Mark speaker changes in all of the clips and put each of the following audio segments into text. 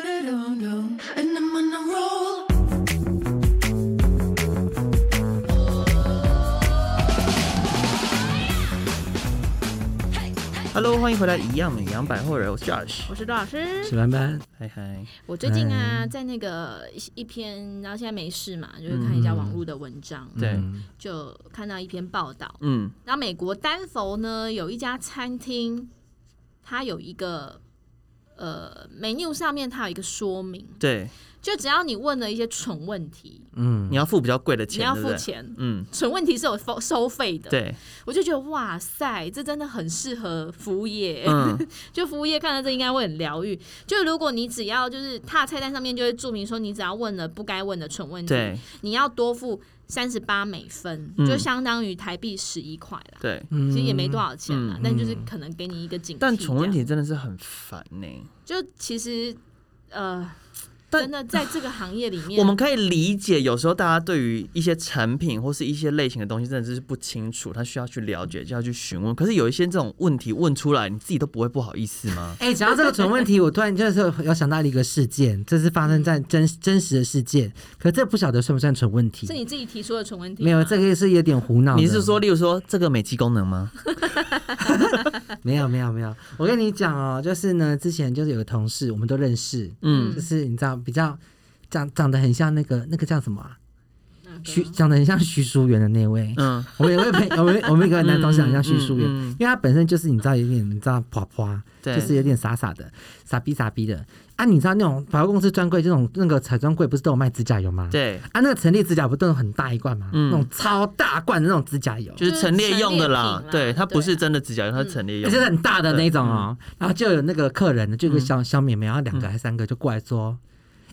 Speaker 1: And I'm on a roll.
Speaker 2: Hello，欢迎回来，一样美洋百货人，我是 Josh，
Speaker 3: 我是杜老师。
Speaker 4: 史班班，
Speaker 2: 嗨嗨，
Speaker 3: 我最近啊，
Speaker 2: 哎
Speaker 3: 在那个一一篇，然后现在没事嘛，就是看一下网络的文章，
Speaker 2: 嗯对，
Speaker 3: 就看到一篇报道。
Speaker 2: 嗯，
Speaker 3: 然后美国丹佛呢有一家餐厅，它有一个呃 menu 上面它有一个说明，
Speaker 2: 对，
Speaker 3: 就只要你问了一些蠢问题，
Speaker 4: 嗯
Speaker 2: 你，要付比较贵的钱，
Speaker 3: 你要
Speaker 2: 对不
Speaker 3: 付
Speaker 2: 对，
Speaker 3: 钱。
Speaker 2: 嗯，
Speaker 3: 蠢问题是有收收费的，
Speaker 2: 对，
Speaker 3: 我就觉得哇塞，这真的很适合服务业。
Speaker 2: 嗯，
Speaker 3: 就服务业看到这应该会很疗愈。就如果你只要就是它的菜单上面就会注明说，你只要问了不该问的蠢问题，
Speaker 2: 对
Speaker 3: 你要多付三十八美分，
Speaker 2: 嗯
Speaker 3: 就相当于台币十一块啦。
Speaker 2: 对，
Speaker 4: 其
Speaker 3: 其实也没多少钱啦，
Speaker 2: 嗯
Speaker 3: 但就是可能给你一个警惕。
Speaker 2: 但宠问，题真的是很烦呢、
Speaker 3: 就其实呃，
Speaker 2: 但
Speaker 3: 真的在这个行业里面，
Speaker 2: 我们可以理解，有时候大家对于一些产品或是一些类型的东西，真的是不清楚，他需要去了解，就要去询问。可是有一些这种问题问出来，你自己都不会不好意思吗？
Speaker 4: 哎，讲到这个蠢问题，我突然就是要想到一个事件，这是发生在
Speaker 3: 嗯
Speaker 4: 真真实的事件，可这不晓得算不算蠢 问
Speaker 3: 是
Speaker 4: 题？
Speaker 3: 你自己提出的蠢问题吗，
Speaker 4: 没有，这个是有点胡闹的。
Speaker 2: 你是说，例如说这个美肌功能吗？
Speaker 4: 没有没有没有？我跟你讲哦，就是呢，之前就是有个同事，我们都认识，
Speaker 2: 嗯
Speaker 4: 就是你知道比较长长得很像那个那个叫什么啊？
Speaker 3: 那个
Speaker 4: 徐长得很像徐淑媛的那位，
Speaker 2: 嗯，
Speaker 4: 我们有位朋友，我们我们一个男同事很像徐淑媛，
Speaker 2: 嗯嗯嗯
Speaker 4: 因为他本身就是你知道有点你知道啪啪，
Speaker 2: 对
Speaker 4: 就是有点傻傻的傻逼傻逼的啊！你知道那种百货公司专柜这种那个彩妆柜不是都有卖指甲油吗？
Speaker 2: 对，
Speaker 4: 啊，那个陈列指甲油不都有很大一罐吗？
Speaker 2: 嗯
Speaker 4: 那种超大罐的那种指甲油，
Speaker 2: 就是陈列用的啦
Speaker 3: 就是陈列品，啦
Speaker 2: 对，它不
Speaker 3: 对
Speaker 2: 是
Speaker 3: 啊
Speaker 2: 真的指甲油，它是陈列
Speaker 4: 而
Speaker 2: 用
Speaker 4: 且是
Speaker 2: 的。
Speaker 4: 很大的那种哦。然后就有那个客人呢，就
Speaker 2: 嗯
Speaker 4: 有个小小妹妹，然后两个还三个就过来说。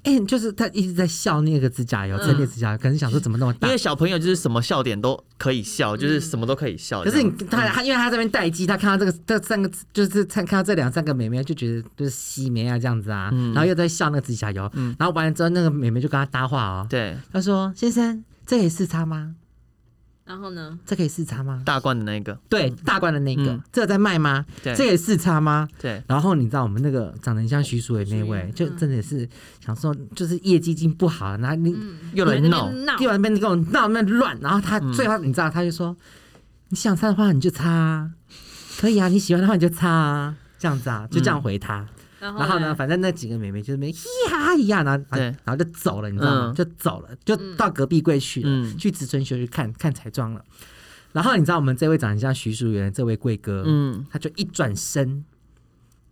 Speaker 4: 哎、就是她一直在笑那个指甲
Speaker 2: 嗯
Speaker 4: 油，陈列指甲油，可能想说怎么那么大
Speaker 2: 因为，小朋友就是什么笑点都可以笑，就是什么都可以笑。
Speaker 4: 可是你
Speaker 2: 这样
Speaker 4: 他他因为他这边待机，他看到这个这三个就是看看到这两三个美眉，就觉得就是西梅啊这样子啊，
Speaker 2: 嗯
Speaker 4: 然后又在笑那个指甲油，然后完了之后那个美眉就跟他搭话哦，
Speaker 2: 对
Speaker 4: 他说：“先生，这可以试擦吗？
Speaker 3: 然后呢，
Speaker 4: 这可以试擦吗？”
Speaker 2: 大罐的那个，
Speaker 4: 对，大罐的那个
Speaker 2: 嗯，
Speaker 4: 这有在卖吗？
Speaker 2: 对
Speaker 4: 这也试擦吗？
Speaker 2: 对，
Speaker 4: 然后你知道我们那个长得很像徐淑伟那位，就
Speaker 2: 嗯
Speaker 4: 真的是想说，就是业绩已经不好了，然后你
Speaker 3: 嗯
Speaker 2: 又来闹
Speaker 3: 那，边闹
Speaker 4: 嗯第完那边跟我闹那边乱，然后他最后你知道他就说，你想擦的话你就擦啊，可以啊，你喜欢的话你就擦啊，这样
Speaker 2: 嗯
Speaker 4: 子啊，就这样回他。
Speaker 3: 然后
Speaker 4: 然后呢，反正那几个妹妹就是没嘻哈一样，然后
Speaker 2: 哦对
Speaker 4: 然后就走了，你知道吗
Speaker 2: 嗯？
Speaker 4: 就走了，就到隔壁柜去了，
Speaker 2: 嗯
Speaker 4: 去植村学去看看彩妆了。然后你知道我们这位长得像徐淑媛的这位贵哥，
Speaker 2: 嗯，
Speaker 4: 他就一转身，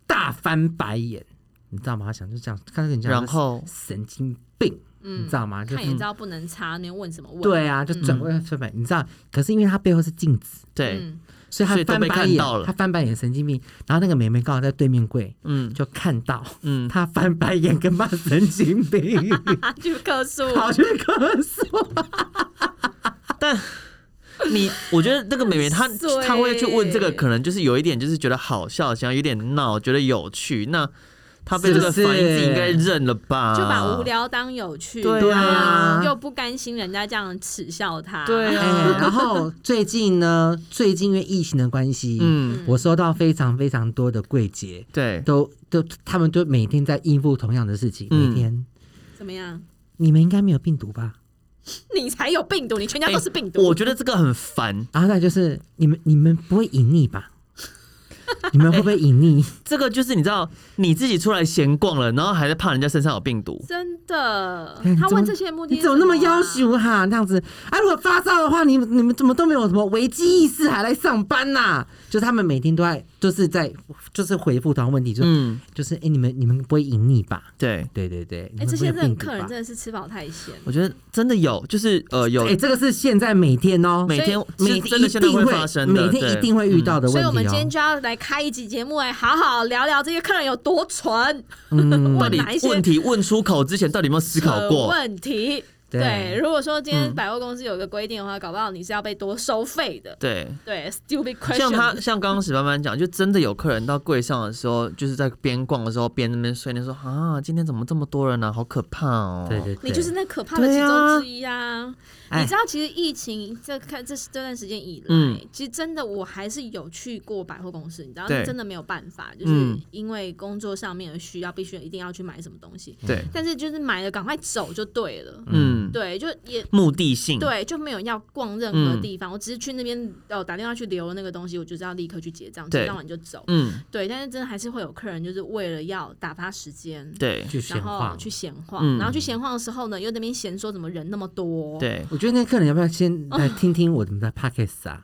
Speaker 4: 大翻白眼，你知道吗？他想就这样看人家，
Speaker 2: 然后
Speaker 4: 神经病，你知道吗？就
Speaker 3: 嗯看也知道不能插，你问什么问？
Speaker 4: 对啊，就转
Speaker 2: 嗯
Speaker 4: 过来翻白眼，你知道？可是因为他背后是镜子，
Speaker 2: 对，
Speaker 3: 嗯，
Speaker 4: 所以他
Speaker 2: 所以都
Speaker 4: 翻
Speaker 2: 被
Speaker 4: 白
Speaker 2: 看
Speaker 4: 眼
Speaker 2: 到了，
Speaker 4: 他翻白眼神经病。然后那个妹妹刚好在对面柜，
Speaker 2: 嗯
Speaker 4: 就看到，
Speaker 2: 嗯
Speaker 4: 他翻白眼跟骂神经病，
Speaker 3: 啊，就告诉
Speaker 4: 跑
Speaker 3: 我，
Speaker 4: 去咳 嗽。
Speaker 2: 你，我觉得那个美眉 她
Speaker 3: 很碎
Speaker 2: 她会去问这个，可能就是有一点就是觉得好笑，想要有点闹，觉得有趣。那她被这个
Speaker 4: 是
Speaker 2: 反
Speaker 4: 不是
Speaker 2: 应，自己应该认了吧？
Speaker 3: 就把无。聊当有趣，
Speaker 2: 对
Speaker 4: 啊
Speaker 3: 又不甘心人家这样耻笑他，
Speaker 2: 对
Speaker 4: 哎、
Speaker 2: 啊，
Speaker 4: 然后最近呢，最近因为疫情的关系，
Speaker 2: 嗯，
Speaker 4: 我收到非常非常多的柜姐，
Speaker 2: 对，
Speaker 4: 都都他们都每天在应付同样的事情，
Speaker 2: 嗯
Speaker 4: 每天。
Speaker 3: 怎么样？
Speaker 4: 你们应该没有病毒吧？
Speaker 3: 你才有病毒，你全家都是病
Speaker 4: 哎
Speaker 3: 毒。
Speaker 2: 我觉得这个很烦，
Speaker 4: 然后再就是你们你们不会隐匿吧？你们会不会隐匿？
Speaker 2: 这个就是你知道你自己出来闲逛了，然后还在怕人家身上有病毒，
Speaker 3: 真的
Speaker 4: 哎，
Speaker 3: 他
Speaker 4: 你怎
Speaker 3: 问
Speaker 4: 么
Speaker 3: 这些目的
Speaker 4: 你
Speaker 3: 是
Speaker 4: 怎
Speaker 3: 什
Speaker 4: 么
Speaker 3: 么啊
Speaker 4: 那么要
Speaker 3: 要求？
Speaker 4: 求哈、那样子啊？如果发烧的话，你你们怎么都没有什么危机意识，还来上班呐、就是他们每天都在，就是在就是回复同样问题，就是、
Speaker 2: 嗯，
Speaker 4: 就是哎、你们你们不会隐匿吧？
Speaker 2: 对。
Speaker 4: 对对对，你
Speaker 3: 哎，
Speaker 4: 们
Speaker 3: 这
Speaker 4: 不会
Speaker 3: 些
Speaker 4: 有
Speaker 3: 这
Speaker 4: 病毒
Speaker 3: 客人
Speaker 4: 吧
Speaker 3: 真的是吃饱太闲。
Speaker 2: 我觉得真的有，就是呃有
Speaker 4: 哎、这个是现在每天哦，
Speaker 2: 每天
Speaker 4: 每
Speaker 2: 是
Speaker 4: 天
Speaker 2: 真的
Speaker 4: 一
Speaker 2: 现在
Speaker 4: 定
Speaker 2: 会
Speaker 4: 会
Speaker 2: 发生的，
Speaker 4: 每天
Speaker 2: 对
Speaker 4: 一定会遇到的问
Speaker 3: 嗯所
Speaker 4: 题、哦
Speaker 3: 以，我们今天就要来开一集节目，来哎好好聊聊这些客人有多蠢，
Speaker 4: 嗯
Speaker 2: 到
Speaker 3: 问
Speaker 2: 底
Speaker 3: 哪一些
Speaker 2: 问题问出口之前，到底有没有思考
Speaker 3: 蠢
Speaker 2: 过？
Speaker 3: 问题。对，如果说今天
Speaker 2: 嗯
Speaker 3: 百货公司有一个规定的话，搞不好你是要被多收费的。
Speaker 2: 对，
Speaker 3: 对，stupid question。
Speaker 2: 像他像刚刚史班班讲，就真的有客人到柜上的时候，就是在边逛的时候边那边碎念说啊，今天怎么这么多人呢、啊？好可怕哦！
Speaker 4: 对对对，
Speaker 3: 你就是那可怕的其
Speaker 2: 对啊
Speaker 3: 中之一啊！
Speaker 4: 哎
Speaker 3: 你知道，其实疫情这看这这段时间以来，
Speaker 2: 嗯
Speaker 3: 其实真的我还是有去过百货公司，你知道，
Speaker 2: 对
Speaker 3: 真的没有办法，就是
Speaker 2: 嗯
Speaker 3: 因为工作上面的需要，必须一定要去买什么东西，
Speaker 2: 对，
Speaker 3: 但是就是买了赶快走就对了，
Speaker 2: 嗯，嗯
Speaker 3: 对，就也。
Speaker 2: 目的性，
Speaker 3: 对，就没有要逛任何地方，我只是去那边哦打电话去留了那个东西，我就是要立刻去结账，
Speaker 2: 对
Speaker 3: 结账完就走。
Speaker 2: 嗯，
Speaker 3: 对，但是真的还是会有客人就是为了要打发时间，
Speaker 2: 对
Speaker 4: 去闲
Speaker 3: 然后
Speaker 4: 话。
Speaker 3: 去闲话，
Speaker 2: 嗯
Speaker 3: 然后去闲话的时候呢，又在那边闲说怎么人那么多，，
Speaker 2: 对，
Speaker 4: 我觉得那客人要不要先来
Speaker 3: 哦
Speaker 4: 听听我们的 podcast 啊？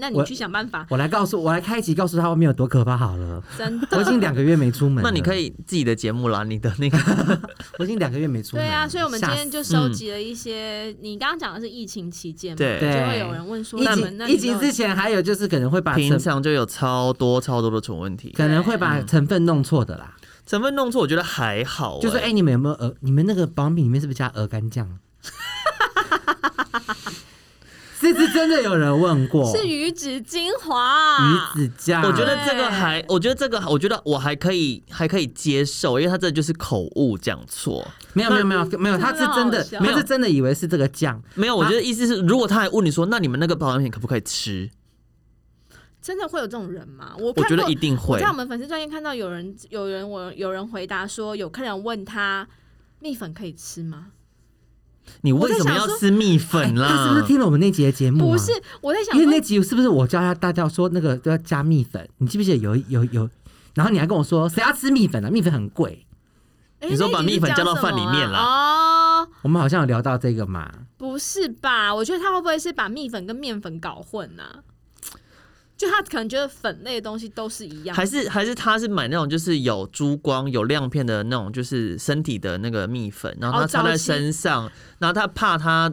Speaker 3: 那你
Speaker 4: 我
Speaker 3: 去想办法，
Speaker 4: 我来告诉我来开一集告诉他外面有多可怕好 了。
Speaker 3: 真
Speaker 4: 我
Speaker 3: 的。
Speaker 4: 已经两个月没出门，
Speaker 2: 那你可，以自己的节目啦，你的那个，
Speaker 4: 我已经两个月没出门
Speaker 3: 对
Speaker 4: 了。
Speaker 3: 啊，所以我们今
Speaker 4: 吓
Speaker 3: 天
Speaker 4: 死
Speaker 3: 就收集了一些，你刚刚讲的是疫情期间嘛，
Speaker 2: 嗯对
Speaker 3: 就会有人问说，那你们那
Speaker 4: 疫情
Speaker 3: 你
Speaker 4: 疫情
Speaker 3: 们
Speaker 4: 之前还有就是可能会把
Speaker 2: 平
Speaker 4: 成
Speaker 2: 常就有超多超多的蠢问题，
Speaker 4: 可能会把
Speaker 3: 嗯
Speaker 4: 成分弄错的啦，
Speaker 2: 成分弄错，我觉得还好欸、
Speaker 4: 就说哎、你们有没有鹅？你们那个保养品里面是不是加鹅肝酱？ 这次真的有人问过，
Speaker 3: 是
Speaker 4: 鱼
Speaker 3: 鱼啊子精华，
Speaker 4: 子酱，
Speaker 2: 我觉得这
Speaker 3: 对
Speaker 2: 个还，我觉得这个，我觉得我还可以，还可以接受，因为他这就是口误讲错。
Speaker 4: 没有没有没有没有，
Speaker 3: 真的
Speaker 4: 他是真的
Speaker 3: 好笑，
Speaker 4: 没有是真的以为是这个酱，
Speaker 2: 没有，我觉得意思是，如果他还问你说，那你们那个保养品可不可以吃？
Speaker 3: 真的会有这种人吗？我
Speaker 2: 我
Speaker 3: 看
Speaker 2: 觉得
Speaker 3: 过
Speaker 2: 一定
Speaker 3: 我
Speaker 2: 会
Speaker 3: 在。我们粉丝专业看到有人有人我有人回答说，有客人问他蜜粉可以吃吗？
Speaker 2: 你为什么要吃蜜粉啦？
Speaker 4: 哎他是不是听了我们那集的节目、啊？
Speaker 3: 不是，，我在想
Speaker 4: 因为
Speaker 3: 说
Speaker 4: 那集是不是我教他大家说那个都要加蜜粉？你记不记得有有有？然后你还跟我说谁要吃蜜粉啊？蜜粉很贵，
Speaker 3: 诶
Speaker 2: 你说把
Speaker 3: 那集
Speaker 2: 蜜
Speaker 3: 是
Speaker 2: 粉
Speaker 3: 讲
Speaker 2: 加到
Speaker 3: 什
Speaker 2: 饭
Speaker 3: 么
Speaker 2: 里
Speaker 3: 啊
Speaker 2: 面啦
Speaker 3: 哦，
Speaker 4: 我们好像有聊到这个嘛。
Speaker 3: 不是吧？我觉得他会不会是把蜜粉跟面粉搞混啊？就他可能觉得粉类的东西都是一样，
Speaker 2: 还是还是他是买那种就是有珠光有亮片的那种，就是身体的那个蜜粉，然后他
Speaker 3: 哦
Speaker 2: 擦
Speaker 3: 早
Speaker 2: 在
Speaker 3: 期
Speaker 2: 身上，然后他怕她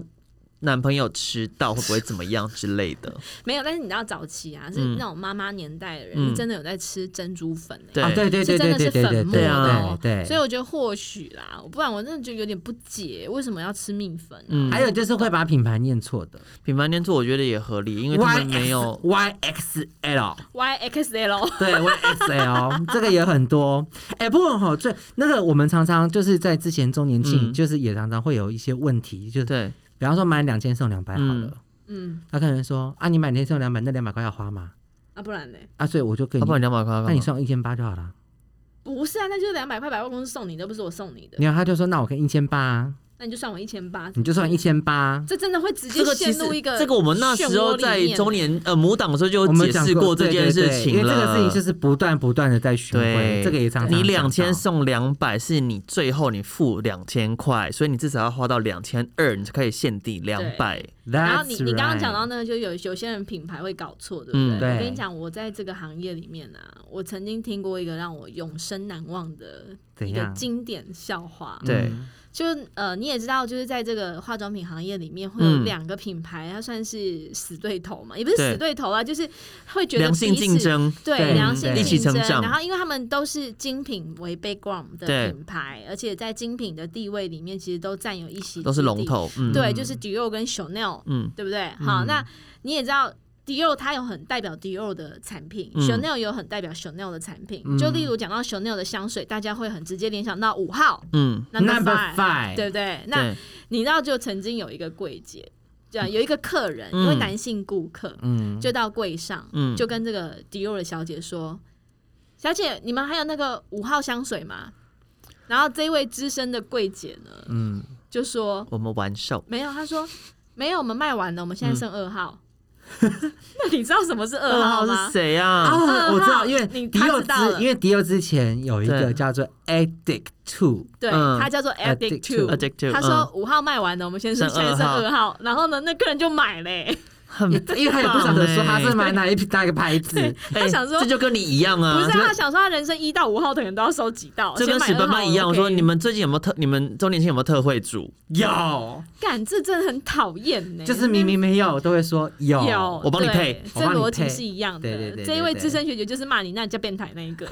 Speaker 2: 男朋友吃到会不会怎么样之类的。
Speaker 3: 没有。但是你知道早期啊，是
Speaker 2: 嗯
Speaker 3: 那种妈妈年代的人，
Speaker 2: 嗯
Speaker 3: 是真的有在吃珍珠粉、欸，
Speaker 2: 对
Speaker 4: 啊，对对对对对对对
Speaker 3: 是真的是粉末
Speaker 4: 对
Speaker 2: 哦
Speaker 4: 对
Speaker 3: 所以
Speaker 4: 对。
Speaker 3: 我觉得或许啦，不然我真的就有点不解，为什么要吃蜜粉、啊？
Speaker 2: 嗯，
Speaker 4: 还有就是会把品牌念错的
Speaker 2: 品牌店做我觉得也合理，因为他
Speaker 4: ，Y
Speaker 2: 们没有
Speaker 4: Y X L，
Speaker 3: y X L
Speaker 4: 对 Y X L 这个也很多。哎，不过哈，最那个我们常常就是在之前周年庆，
Speaker 2: 嗯
Speaker 4: 就是也常常会有一些问题，就是
Speaker 2: 对
Speaker 4: 比方说买两千送两百好了，
Speaker 3: 嗯，
Speaker 4: 他可能说啊，你买两千送两百，那两百块要花吗？
Speaker 3: 啊，不然呢？
Speaker 4: 啊，所以我就给
Speaker 2: 他
Speaker 4: 你
Speaker 2: 不，然两百块干嘛，
Speaker 4: 那你算一千八就好了。
Speaker 3: 不是啊，那就是两百块百货公司送你的，不是我送你的，
Speaker 4: 然后他就说，那我给一千八，啊
Speaker 3: 那你就算我一千八，
Speaker 4: 你就算一千八。啊
Speaker 3: 这真的会直接
Speaker 2: 这个其
Speaker 3: 陷
Speaker 2: 实
Speaker 3: 入一
Speaker 2: 这个我们那时候在
Speaker 3: 中
Speaker 2: 周年呃母党的时候就
Speaker 4: 我
Speaker 2: 有
Speaker 4: 们
Speaker 2: 解
Speaker 4: 讲
Speaker 2: 释过
Speaker 4: 过
Speaker 2: 这
Speaker 4: 对
Speaker 2: 件
Speaker 4: 对
Speaker 2: 事
Speaker 4: 对
Speaker 2: 情
Speaker 4: 因为这个
Speaker 2: 了
Speaker 4: 事情就是不断不断的在循环，
Speaker 2: 对，
Speaker 4: 这个也常常
Speaker 2: 你
Speaker 4: 讲到
Speaker 2: 两千送两百是你最后你付两千块，所以你至少要花到两千二，你才可以限定两百。
Speaker 3: 然后你
Speaker 4: That's
Speaker 3: 你刚刚讲
Speaker 4: right
Speaker 3: 到那个，就有有些人品牌会搞错，对不对？
Speaker 2: 嗯
Speaker 4: 对
Speaker 3: 我跟你讲，我在这个行业里面啊，我曾经听过一个让我永生难忘的
Speaker 4: 怎
Speaker 3: 一个
Speaker 4: 样
Speaker 3: 经典笑话。
Speaker 2: 对
Speaker 4: 嗯
Speaker 3: 就是呃，你也知道，就是在这个化妆品行业里面，会有
Speaker 2: 嗯
Speaker 3: 两个品牌，它算是死对头嘛，也不是
Speaker 2: 对
Speaker 3: 死对头啊，就是会觉得
Speaker 2: 良性
Speaker 3: 彼此
Speaker 2: 竞。争，
Speaker 3: 对
Speaker 4: 对
Speaker 3: 良性
Speaker 4: 对
Speaker 2: 一起
Speaker 3: 竞
Speaker 2: 成
Speaker 3: 争，
Speaker 2: 长
Speaker 3: 然后因为他们都是精品为 background 的
Speaker 2: 对
Speaker 3: 品牌，而且在精品的地位里面，其实都占有一席，
Speaker 2: 都是龙。头。嗯，
Speaker 3: 对，就是 Dior 跟 Chanel，
Speaker 2: 嗯，
Speaker 3: 对不对？好，那你也知道。迪奥它有很代表迪奥的产品、
Speaker 2: 嗯
Speaker 3: c h a n e l 有很代表 Chanel 的产品。就例如讲到 Chanel 的香水，大家会很直接联想到五号
Speaker 2: 嗯，
Speaker 4: Number
Speaker 3: Five，
Speaker 4: Five
Speaker 3: 对不对？那
Speaker 2: 对，
Speaker 3: 你知道就曾经有一个柜姐，这样有一个客人，
Speaker 2: 嗯
Speaker 3: 因为男性顾客，
Speaker 4: 嗯，
Speaker 3: 就到柜上，
Speaker 2: 嗯
Speaker 3: 就跟这个迪奥的小姐说：“小姐，你们还有那个五号香水吗？”然后这位资深的柜姐呢，
Speaker 4: 嗯，
Speaker 3: 就说：“
Speaker 2: 我们完售。
Speaker 3: 没有，他说没有，我们卖完了，我们现在剩二号。 那你知道什么是二号吗？
Speaker 2: 是谁啊？
Speaker 3: 二
Speaker 4: 哦，我知
Speaker 3: 号
Speaker 4: 道，因为
Speaker 3: 你
Speaker 4: 迪
Speaker 3: 他
Speaker 4: 奥
Speaker 3: 知
Speaker 4: 之
Speaker 3: 道了，
Speaker 4: 因为迪奥之前有一个
Speaker 2: 对
Speaker 4: 叫做 Addict Two，
Speaker 3: 对，
Speaker 2: 嗯
Speaker 3: 他叫做
Speaker 4: Addict
Speaker 3: Addict Two。
Speaker 2: Addictive，
Speaker 3: 他说五号卖完了，我们先剩
Speaker 2: 剩
Speaker 3: 现在剩
Speaker 2: 二
Speaker 3: 二号。然后呢，那客人就买嘞、
Speaker 2: 很欸
Speaker 4: 因为他也不晓得说他是买哪一哪一个牌子，
Speaker 2: 哎
Speaker 3: 他想说
Speaker 2: 这就跟你一样啊，
Speaker 3: 不是、
Speaker 2: 这
Speaker 3: 啊、他想说，他人生一到五号的人都要收集到，
Speaker 2: 这
Speaker 3: 先
Speaker 2: 跟
Speaker 3: 买
Speaker 2: 史
Speaker 3: 二
Speaker 2: 斑
Speaker 3: 号
Speaker 2: 斑一样。
Speaker 3: 我
Speaker 2: 我说
Speaker 3: OK
Speaker 2: 你们最近有没有特？你们周年庆有没有特惠组？有，
Speaker 3: 干这真的很讨厌呢，
Speaker 4: 就是明明没有都会说有。
Speaker 3: 有，
Speaker 2: 我帮你
Speaker 3: 对
Speaker 2: 配
Speaker 3: 这
Speaker 4: 我帮你
Speaker 3: 逻辑
Speaker 4: 配
Speaker 3: 是一样的。
Speaker 4: 对对对对
Speaker 3: 这一位
Speaker 4: 对
Speaker 3: 资深学姐就是骂你那你叫变态那一个，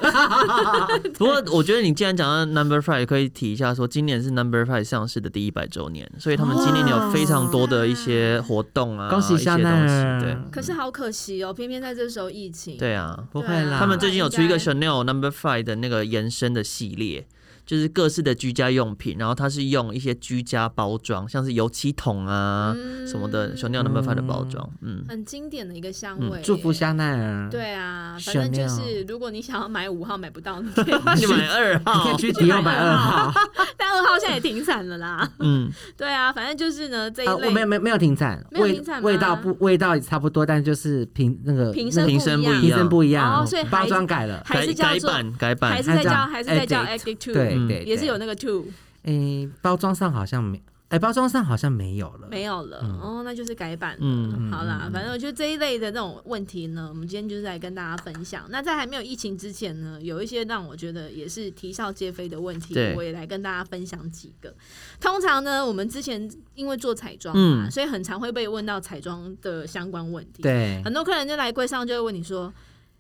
Speaker 2: 不过我觉得你既然讲到 Number Five，可以提一下说，今年是 Number Five 上市的第一百周年，所以他们今年有非常多的一些活动啊，
Speaker 4: 恭喜
Speaker 2: 一些
Speaker 4: 香
Speaker 2: 东
Speaker 4: 奈
Speaker 2: 西，对
Speaker 4: 儿，
Speaker 3: 可是好可惜哦，偏偏在这时候疫情。
Speaker 2: 对啊。
Speaker 4: 不会
Speaker 3: 对
Speaker 4: 啦，
Speaker 3: 啊
Speaker 2: 他们最近有出一个
Speaker 3: 应
Speaker 2: Chanel Number Five 的那个延伸的系列，就是各式的居家用品，然后它是用一些居家包装，像是油漆桶啊、
Speaker 3: 嗯
Speaker 2: 什么的 Chanel Number Five 的包装，嗯，
Speaker 3: 很经典的一个香味耶、
Speaker 4: 嗯祝福香奈儿，，
Speaker 3: 对啊，反正就
Speaker 4: Chanel
Speaker 3: 是如果你想要买五号买不到，你可以
Speaker 2: 那你买二
Speaker 4: 你可
Speaker 2: 号
Speaker 4: 以，
Speaker 3: 哦
Speaker 4: 去迪奥买二号
Speaker 3: 但二号现在也停产了啦。
Speaker 2: 嗯，
Speaker 3: 对啊，反正就是呢这一
Speaker 4: 啊，
Speaker 3: 类
Speaker 4: 我没有没有没有停产，
Speaker 3: 没有
Speaker 4: 味
Speaker 3: 停产吗
Speaker 4: 味道不味道也差不多，但就是瓶那个
Speaker 3: 瓶
Speaker 4: 那
Speaker 3: 身
Speaker 4: 个
Speaker 2: 瓶
Speaker 3: 不
Speaker 2: 身
Speaker 3: 一
Speaker 2: 不
Speaker 3: 样，
Speaker 2: 一
Speaker 4: 瓶身不一样，
Speaker 3: 哦所以还
Speaker 4: 包装改了，
Speaker 3: 还
Speaker 2: 改
Speaker 3: 是叫
Speaker 2: 改
Speaker 3: 做
Speaker 2: 版改版
Speaker 3: 还是在叫
Speaker 4: 还
Speaker 3: 还
Speaker 4: 是
Speaker 3: 是在
Speaker 4: 叫
Speaker 3: 叫
Speaker 4: Addict
Speaker 3: Active Two，
Speaker 4: 对
Speaker 2: 嗯
Speaker 4: 对，
Speaker 3: 也是有
Speaker 4: 对，
Speaker 3: 那个 Two
Speaker 4: 诶，包装上好像没，哎，包装上好像没有了，
Speaker 3: 没有了，哦，那就是改版了。
Speaker 2: 嗯
Speaker 3: 好啦，反正我觉得这一类的那种问题呢，我们今天就是来跟大家分享。那在还没有疫情之前呢，有一些让我觉得也是啼笑皆非的问题
Speaker 2: 对，
Speaker 3: 我也来跟大家分享几个。通常呢，我们之前因为做彩妆嘛，
Speaker 2: 嗯
Speaker 3: 所以很常会被问到彩妆的相关问题。，
Speaker 4: 对，
Speaker 3: 很多客人就来柜上就会问你说：“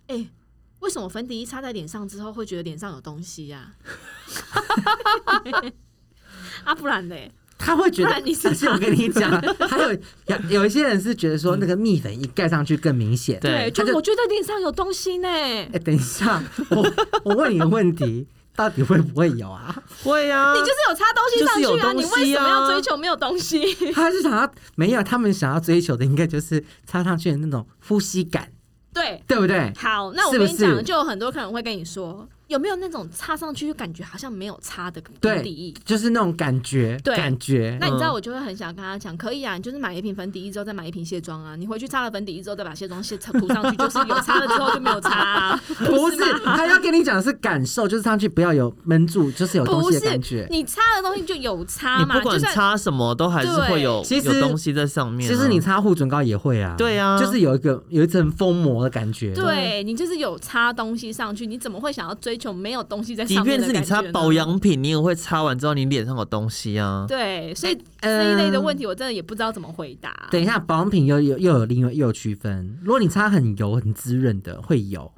Speaker 3: 哎、为什么粉底一擦在脸上之后会觉得脸上有东西呀、 啊？”啊，不然嘞，
Speaker 4: 他会觉
Speaker 3: 不
Speaker 4: 得
Speaker 3: 然你，是
Speaker 4: 而且我跟你 讲，还有有有一些人是觉得说那个蜜粉一盖上去更明显。
Speaker 2: 对
Speaker 3: 对，就
Speaker 4: 他就
Speaker 3: 我觉得脸上有东西呢。
Speaker 4: 哎、等一下，我我问你个问题， 到底会不会 有啊？
Speaker 2: 会啊
Speaker 3: 你，就是有插东西上去
Speaker 2: 就是有
Speaker 3: 啊！
Speaker 2: 东
Speaker 3: 你
Speaker 2: 西啊
Speaker 3: 为什么要追求没有东西？
Speaker 4: 他是想要没有，他们想要追求的应该就是擦上去的那种呼吸感，
Speaker 3: 对，
Speaker 4: 对不对？
Speaker 3: 好，那我
Speaker 4: 是
Speaker 3: 跟
Speaker 4: 不
Speaker 3: 你讲，
Speaker 4: 是
Speaker 3: 就有很多客人会跟你说，有没有那种插上去就感觉好像没有插的
Speaker 4: 对嗯
Speaker 3: 粉底液？
Speaker 4: 就是那种感觉，
Speaker 3: 对
Speaker 4: 感觉
Speaker 3: 那。你知道，我就会很想跟他讲，可以啊，你就是买一瓶粉底液之后再买一瓶卸妆啊，你回去擦了粉底液之后再把卸妆卸涂上去，就是有擦了之后就没有擦、啊，
Speaker 4: 不是
Speaker 3: 吗，
Speaker 4: 他要跟你讲的是感受，就是上去不要有闷住，就是有东
Speaker 3: 不
Speaker 4: 西的
Speaker 3: 是
Speaker 4: 感觉。
Speaker 3: 你擦的东西就有擦
Speaker 2: 你
Speaker 3: 嘛，
Speaker 2: 不
Speaker 3: 就
Speaker 2: 管
Speaker 3: 算
Speaker 2: 擦什么都还是会有
Speaker 4: 对其实
Speaker 2: 有东西在上面啊，
Speaker 4: 其实你擦护唇膏也会啊，
Speaker 2: 对啊
Speaker 4: 就是有一个有一层封膜的感觉。
Speaker 3: 对你就是有擦东西上去，你怎么会想要追求没有东西在
Speaker 2: 即
Speaker 3: 上面
Speaker 2: 便
Speaker 3: 的
Speaker 2: 是你
Speaker 3: 感觉
Speaker 2: 擦
Speaker 3: 呢？
Speaker 2: 保养品，你也会擦完之后你脸上有东西啊，
Speaker 3: 对，所以
Speaker 4: 呃
Speaker 3: 这一类的问题，我真的也不知道怎么回答。
Speaker 4: 等一下，保养品又又又有另外又有区分。如果你擦很油、很滋润的，会有。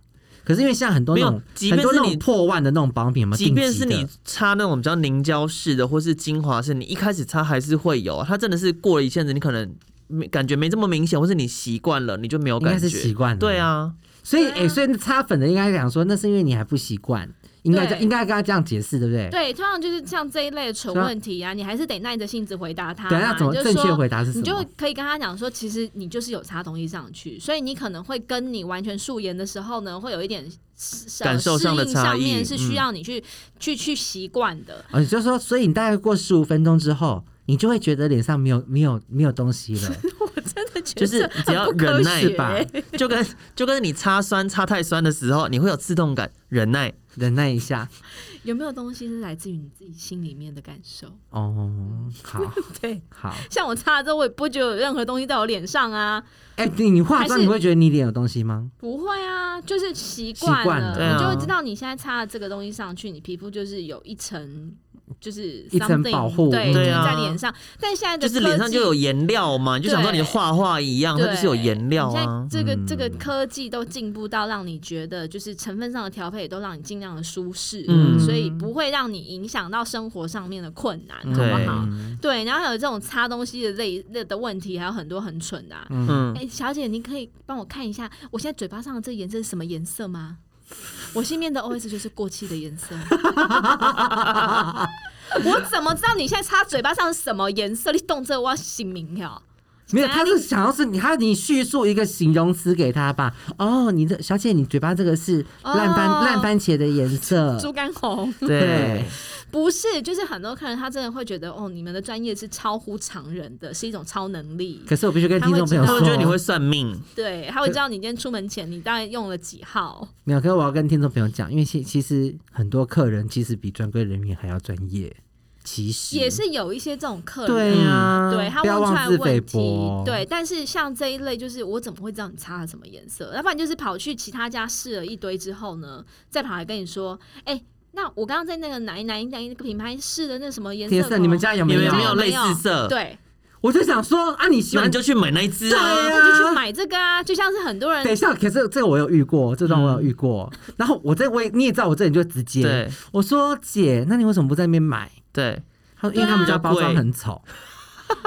Speaker 4: 可是因为现在很多那
Speaker 2: 没
Speaker 4: 种
Speaker 2: 有即
Speaker 4: 很
Speaker 2: 便
Speaker 4: 多
Speaker 2: 是
Speaker 4: 那
Speaker 2: 你
Speaker 4: 种破万的那种保养品，有没有定
Speaker 2: 即
Speaker 4: 期的？
Speaker 2: 便是你擦那种比较凝胶式的或是精华式，你一开始擦还是会有啊，它真的是过了一阵子，你可能没感觉没这么明显，或是你习惯了，你就没有
Speaker 4: 应该
Speaker 2: 感
Speaker 4: 是
Speaker 2: 觉。
Speaker 4: 习惯了
Speaker 2: 对 啊，
Speaker 4: 所以
Speaker 3: 对啊
Speaker 4: 哎、诶所以擦粉的应该讲说，那是因为你还不习惯，应该这
Speaker 3: 对
Speaker 4: 应该跟他这样解释，对不对？
Speaker 3: 对，通常就是像这一类的蠢问题啊，你还是得耐着性子回答他
Speaker 4: 对啊，
Speaker 3: 嘛。
Speaker 4: 那怎么
Speaker 3: 你就
Speaker 4: 正确
Speaker 3: 说
Speaker 4: 回答是什
Speaker 3: 你就
Speaker 4: 么？
Speaker 3: 可以跟他讲说，其实你就是有擦东西上去，所以你可能会跟你完全素颜的时候呢，会有一点适呃
Speaker 2: 感受
Speaker 3: 适
Speaker 2: 上的
Speaker 3: 应
Speaker 2: 差
Speaker 3: 上面
Speaker 2: 异
Speaker 3: 是
Speaker 2: 嗯
Speaker 3: 需要你去、去去习惯的。
Speaker 4: 哦，你就说，所以你大概过十五分钟之后，你就会觉得脸上没有没有没有东西了。
Speaker 2: 就是只要
Speaker 3: 很不科
Speaker 2: 忍耐
Speaker 3: 学
Speaker 2: 吧，就跟就跟你擦酸擦太酸的时候，你会有刺痛感，忍耐。
Speaker 4: 忍耐一下
Speaker 3: 有没有东西是来自于你自己心里面的感受？
Speaker 4: 哦，好
Speaker 3: 对，
Speaker 4: 好。
Speaker 3: 像我擦了之后，我也不觉得有任何东西在我脸上啊，
Speaker 4: 哎、你你化
Speaker 3: 还
Speaker 4: 妆
Speaker 3: 是
Speaker 4: 你会觉得你脸有东西吗？
Speaker 3: 不会啊，就是习
Speaker 4: 习
Speaker 3: 惯
Speaker 4: 惯
Speaker 3: 了，
Speaker 4: 了
Speaker 2: 对啊
Speaker 3: 你就会知道你现在擦了这个东西上去，你皮肤就是有一层。就是
Speaker 4: 一层
Speaker 3: something，
Speaker 4: 保护
Speaker 3: 对，
Speaker 2: 对
Speaker 3: 就是
Speaker 2: 啊
Speaker 3: 在脸上。但现在的
Speaker 2: 就是脸上
Speaker 3: 科技
Speaker 2: 就有颜料嘛，你就想说你的画画一样，它
Speaker 3: 对，
Speaker 2: 就是有颜料啊
Speaker 3: 你。现在这个
Speaker 4: 嗯
Speaker 3: 这个科技都进步到让你觉得，就是成分上的调配也都让你尽量的舒适，
Speaker 2: 嗯
Speaker 3: 所以不会让你影响到生活上面的困难，好
Speaker 2: 对嗯
Speaker 3: 不好？
Speaker 4: 嗯
Speaker 3: 对，然后还有这种擦东西的类类的问题，还有很多很蠢的、啊。
Speaker 2: 嗯
Speaker 3: 哎、，小姐，你可以帮我看一下，我现在嘴巴上的这个颜色是什么颜色吗？我心里面的 OS 就是过期的颜色。 我怎么知道你现在擦嘴巴上是什么颜色？你动这我要醒明了。
Speaker 4: 没有，
Speaker 3: 哪
Speaker 4: 他
Speaker 3: 里
Speaker 4: 是想要是你，他你叙述一个形容词给他吧。哦，你的小姐，你嘴巴这个是烂番
Speaker 3: 哦
Speaker 4: 烂、番茄的颜 色，
Speaker 3: 猪肝红。
Speaker 2: 对，
Speaker 3: 不是，就是很多客人他真的会觉得，哦，你们的专业是超乎常人的，是一种超能力。
Speaker 4: 可是我必须跟听众朋友
Speaker 2: 他
Speaker 4: 说，
Speaker 2: 们觉得你会算命，
Speaker 3: 对，他会知道你今天出门前你大概用了几号。
Speaker 4: 没有，可是我要跟听众朋友讲，因为其其实很多客人其实比专柜人员还要专业，其实
Speaker 3: 也是有一些这种客人，
Speaker 4: 对啊呀、
Speaker 3: 嗯对他
Speaker 4: 嗯不要
Speaker 3: 问出
Speaker 4: 妄
Speaker 3: 来
Speaker 4: 自菲
Speaker 3: 问
Speaker 4: 薄哦
Speaker 3: 题，，对，但是像这一类就是我怎么会知道你擦了什么颜色？要不然就是跑去其他家试了一堆之后呢，再跑来跟你说，哎、那我刚刚在那个哪一哪一哪一个品牌试的那什么颜色
Speaker 4: 天
Speaker 3: 口
Speaker 4: 色
Speaker 3: 红？
Speaker 4: 你们家有
Speaker 2: 你
Speaker 4: 没
Speaker 2: 们
Speaker 4: 有？
Speaker 2: 没有
Speaker 3: 没
Speaker 2: 类
Speaker 3: 有
Speaker 2: 似色？，
Speaker 3: 对，
Speaker 4: 我就想说啊，你喜
Speaker 2: 那
Speaker 4: 欢
Speaker 2: 你就去买那一只啊。
Speaker 4: 对啊
Speaker 3: 那就去买这个啊，就像是很多人
Speaker 4: 等一下，可是这个我有遇过，这段我有遇 过。然后我这我也你也知道，我这里就直接
Speaker 2: 对
Speaker 4: 我说姐，那你为什么不在那边买？
Speaker 2: 对，
Speaker 4: 他说因为他们家
Speaker 2: 对啊
Speaker 4: 包装很丑，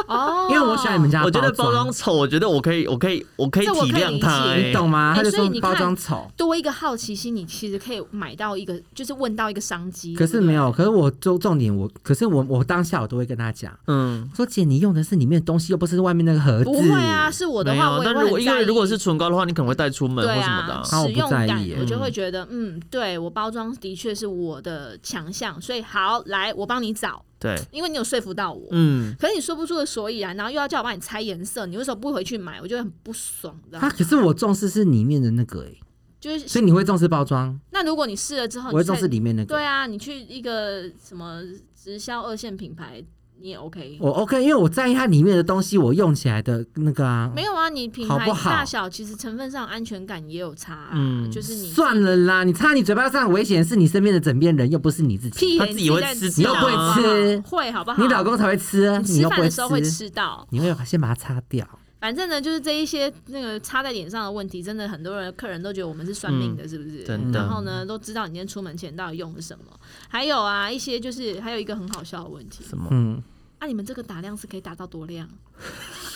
Speaker 3: 哦，
Speaker 4: 因为我喜欢你们家
Speaker 2: 我
Speaker 4: 的
Speaker 2: 觉
Speaker 4: 装，
Speaker 2: 得包装丑，我觉得我可以，我可以，我可以
Speaker 3: 这我可以
Speaker 2: 体谅他、
Speaker 3: 理解
Speaker 2: 欸，
Speaker 4: 你懂吗？
Speaker 3: 哎
Speaker 4: 他就
Speaker 3: 所
Speaker 4: 说
Speaker 3: 以你看
Speaker 4: 包装丑。
Speaker 3: 多一个好奇心，你其实可以买到一个，就是问到一个商机。
Speaker 4: 可
Speaker 3: 对
Speaker 4: 是
Speaker 3: 不对
Speaker 4: 没有，可是我重重点我，可是我我当下我都会跟他讲，
Speaker 2: 嗯，
Speaker 4: 我说姐，你用的是里面的东西，又不是外面那个盒子。
Speaker 3: 不会啊，，是我的
Speaker 2: 没
Speaker 3: 话，
Speaker 2: 有。
Speaker 3: 我也
Speaker 2: 但
Speaker 3: 会
Speaker 2: 如果
Speaker 3: 很
Speaker 2: 因为
Speaker 3: 在
Speaker 2: 如果
Speaker 3: 意
Speaker 2: 是唇膏的话，你可能会带出门或
Speaker 3: 对
Speaker 2: 什么的
Speaker 3: 啊
Speaker 2: 啊、，
Speaker 4: 啊我
Speaker 3: 使
Speaker 4: 不
Speaker 3: 用
Speaker 4: 在
Speaker 3: 感
Speaker 4: 意耶
Speaker 3: 我就会觉得，嗯，对我包装的确是我的强项，所以好来，我帮你找，
Speaker 2: 对，
Speaker 3: 因为你有说服到我。
Speaker 2: 嗯，
Speaker 3: 可是你说不出个所以然，然后又要叫我帮你猜颜色，你为什么不回去买？我就很不爽，你知道
Speaker 4: 他
Speaker 3: 吗？
Speaker 4: 可是我重视是里面的那个、欸，
Speaker 3: 啊就是
Speaker 4: 所以你会重视包装，
Speaker 3: 那如果你试了之后，
Speaker 4: 我
Speaker 3: 你
Speaker 4: 会重
Speaker 3: 再
Speaker 4: 视里面那个。
Speaker 3: 哦对啊，你去一个什么直销二线品牌，你也 OK。
Speaker 4: 我 OK，因为我在意它里面的东西，我用起来的那个啊。
Speaker 3: 没有啊，你品
Speaker 4: 好
Speaker 3: 牌
Speaker 4: 不好
Speaker 3: 大小其实成分上安全感也有差、啊，
Speaker 2: 嗯
Speaker 3: 就是你
Speaker 4: 算了啦，你插你嘴巴上，危险的是你身边的枕边人，又不是你自己。
Speaker 3: 屁
Speaker 2: 他
Speaker 3: 眼
Speaker 2: 自己会
Speaker 3: 在
Speaker 2: 吃啊
Speaker 4: 到
Speaker 3: 好好
Speaker 4: 你又不会吃
Speaker 3: 会好不好？
Speaker 4: 你老公才会吃，啊
Speaker 3: 你
Speaker 4: 你
Speaker 3: 吃
Speaker 4: 又
Speaker 3: 饭的
Speaker 4: 不会
Speaker 3: 时
Speaker 4: 吃
Speaker 3: 候，会吃到。
Speaker 4: 你会先把它擦掉。
Speaker 3: 反正呢，就是这一些那个插在脸上的问题，真的很多人客人都觉得我们是算命
Speaker 4: 嗯
Speaker 3: 的，是不是？
Speaker 2: 真的
Speaker 3: 然后呢，都知道你今天出门前到底用了什么。还有啊，一些就是还有一个很好笑的问题，
Speaker 2: 什么？
Speaker 4: 嗯，
Speaker 3: 啊，你们这个打量是可以打到多亮？